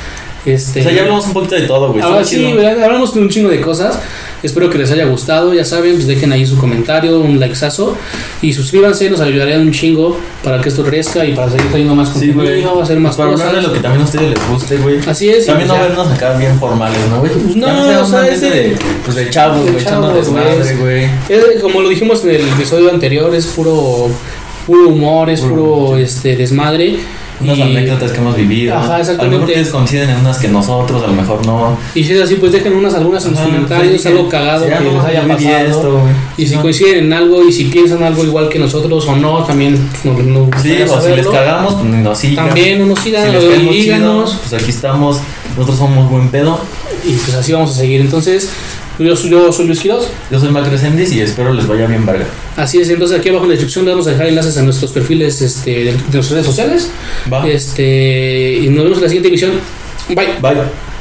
[SPEAKER 1] Este,
[SPEAKER 2] O sea, ya hablamos un poquito de todo, güey.
[SPEAKER 1] Ahora
[SPEAKER 2] Pues Está
[SPEAKER 1] sí,
[SPEAKER 2] chido.
[SPEAKER 1] güey, hablamos de un chingo de cosas. Espero que les haya gustado. Ya saben, pues dejen ahí su comentario, un likezazo. Y suscríbanse, nos ayudarían un chingo para que esto crezca y para seguir trayendo más
[SPEAKER 2] Sí,
[SPEAKER 1] contenido,
[SPEAKER 2] güey.
[SPEAKER 1] hacer más
[SPEAKER 2] Para
[SPEAKER 1] cosas.
[SPEAKER 2] hablar de lo que también a ustedes les guste, güey.
[SPEAKER 1] Así es. y
[SPEAKER 2] También no
[SPEAKER 1] pues ya.
[SPEAKER 2] vernos acá bien formales, ¿no, güey?
[SPEAKER 1] Pues no,
[SPEAKER 2] Ya nos
[SPEAKER 1] o sea,
[SPEAKER 2] vemos
[SPEAKER 1] es
[SPEAKER 2] más
[SPEAKER 1] de-
[SPEAKER 2] de, pues de chavos,
[SPEAKER 1] de
[SPEAKER 2] güey, echando
[SPEAKER 1] chavos, güey.
[SPEAKER 2] desmadre, güey.
[SPEAKER 1] Es, como lo dijimos en el episodio anterior, es puro, puro humor, es
[SPEAKER 2] Puro
[SPEAKER 1] puro este desmadre.
[SPEAKER 2] Unas
[SPEAKER 1] Y-
[SPEAKER 2] anécdotas que hemos vivido.
[SPEAKER 1] Ajá,
[SPEAKER 2] A lo
[SPEAKER 1] exactamente.
[SPEAKER 2] mejor ustedes coinciden en unas que nosotros, a lo mejor no.
[SPEAKER 1] Y si es así, pues dejen unas algunas en los
[SPEAKER 2] Ajá,
[SPEAKER 1] comentarios,
[SPEAKER 2] sí,
[SPEAKER 1] algo cagado
[SPEAKER 2] sí,
[SPEAKER 1] que
[SPEAKER 2] no,
[SPEAKER 1] les haya
[SPEAKER 2] yo viví
[SPEAKER 1] pasado.
[SPEAKER 2] esto, güey.
[SPEAKER 1] Y si
[SPEAKER 2] No.
[SPEAKER 1] coinciden en algo y si piensan algo igual que nosotros o no, también pues, nos, nos
[SPEAKER 2] Sí,
[SPEAKER 1] gustaría
[SPEAKER 2] o si les
[SPEAKER 1] saberlo.
[SPEAKER 2] cagamos, pues nos sigan.
[SPEAKER 1] También no nos
[SPEAKER 2] Si
[SPEAKER 1] sigan,
[SPEAKER 2] les
[SPEAKER 1] o
[SPEAKER 2] caemos
[SPEAKER 1] díganos.
[SPEAKER 2] chido, pues aquí estamos. Nosotros somos buen pedo.
[SPEAKER 1] Y pues así vamos a seguir. Entonces, yo, soy- yo soy Luis Quiroz.
[SPEAKER 2] Yo soy Macro Sendis y espero les vaya bien, verga.
[SPEAKER 1] Así es, entonces aquí abajo en la descripción les vamos a dejar enlaces a nuestros perfiles este, de, de nuestras redes sociales.
[SPEAKER 2] Va.
[SPEAKER 1] Este, y nos vemos en la siguiente emisión. Bye.
[SPEAKER 2] Bye.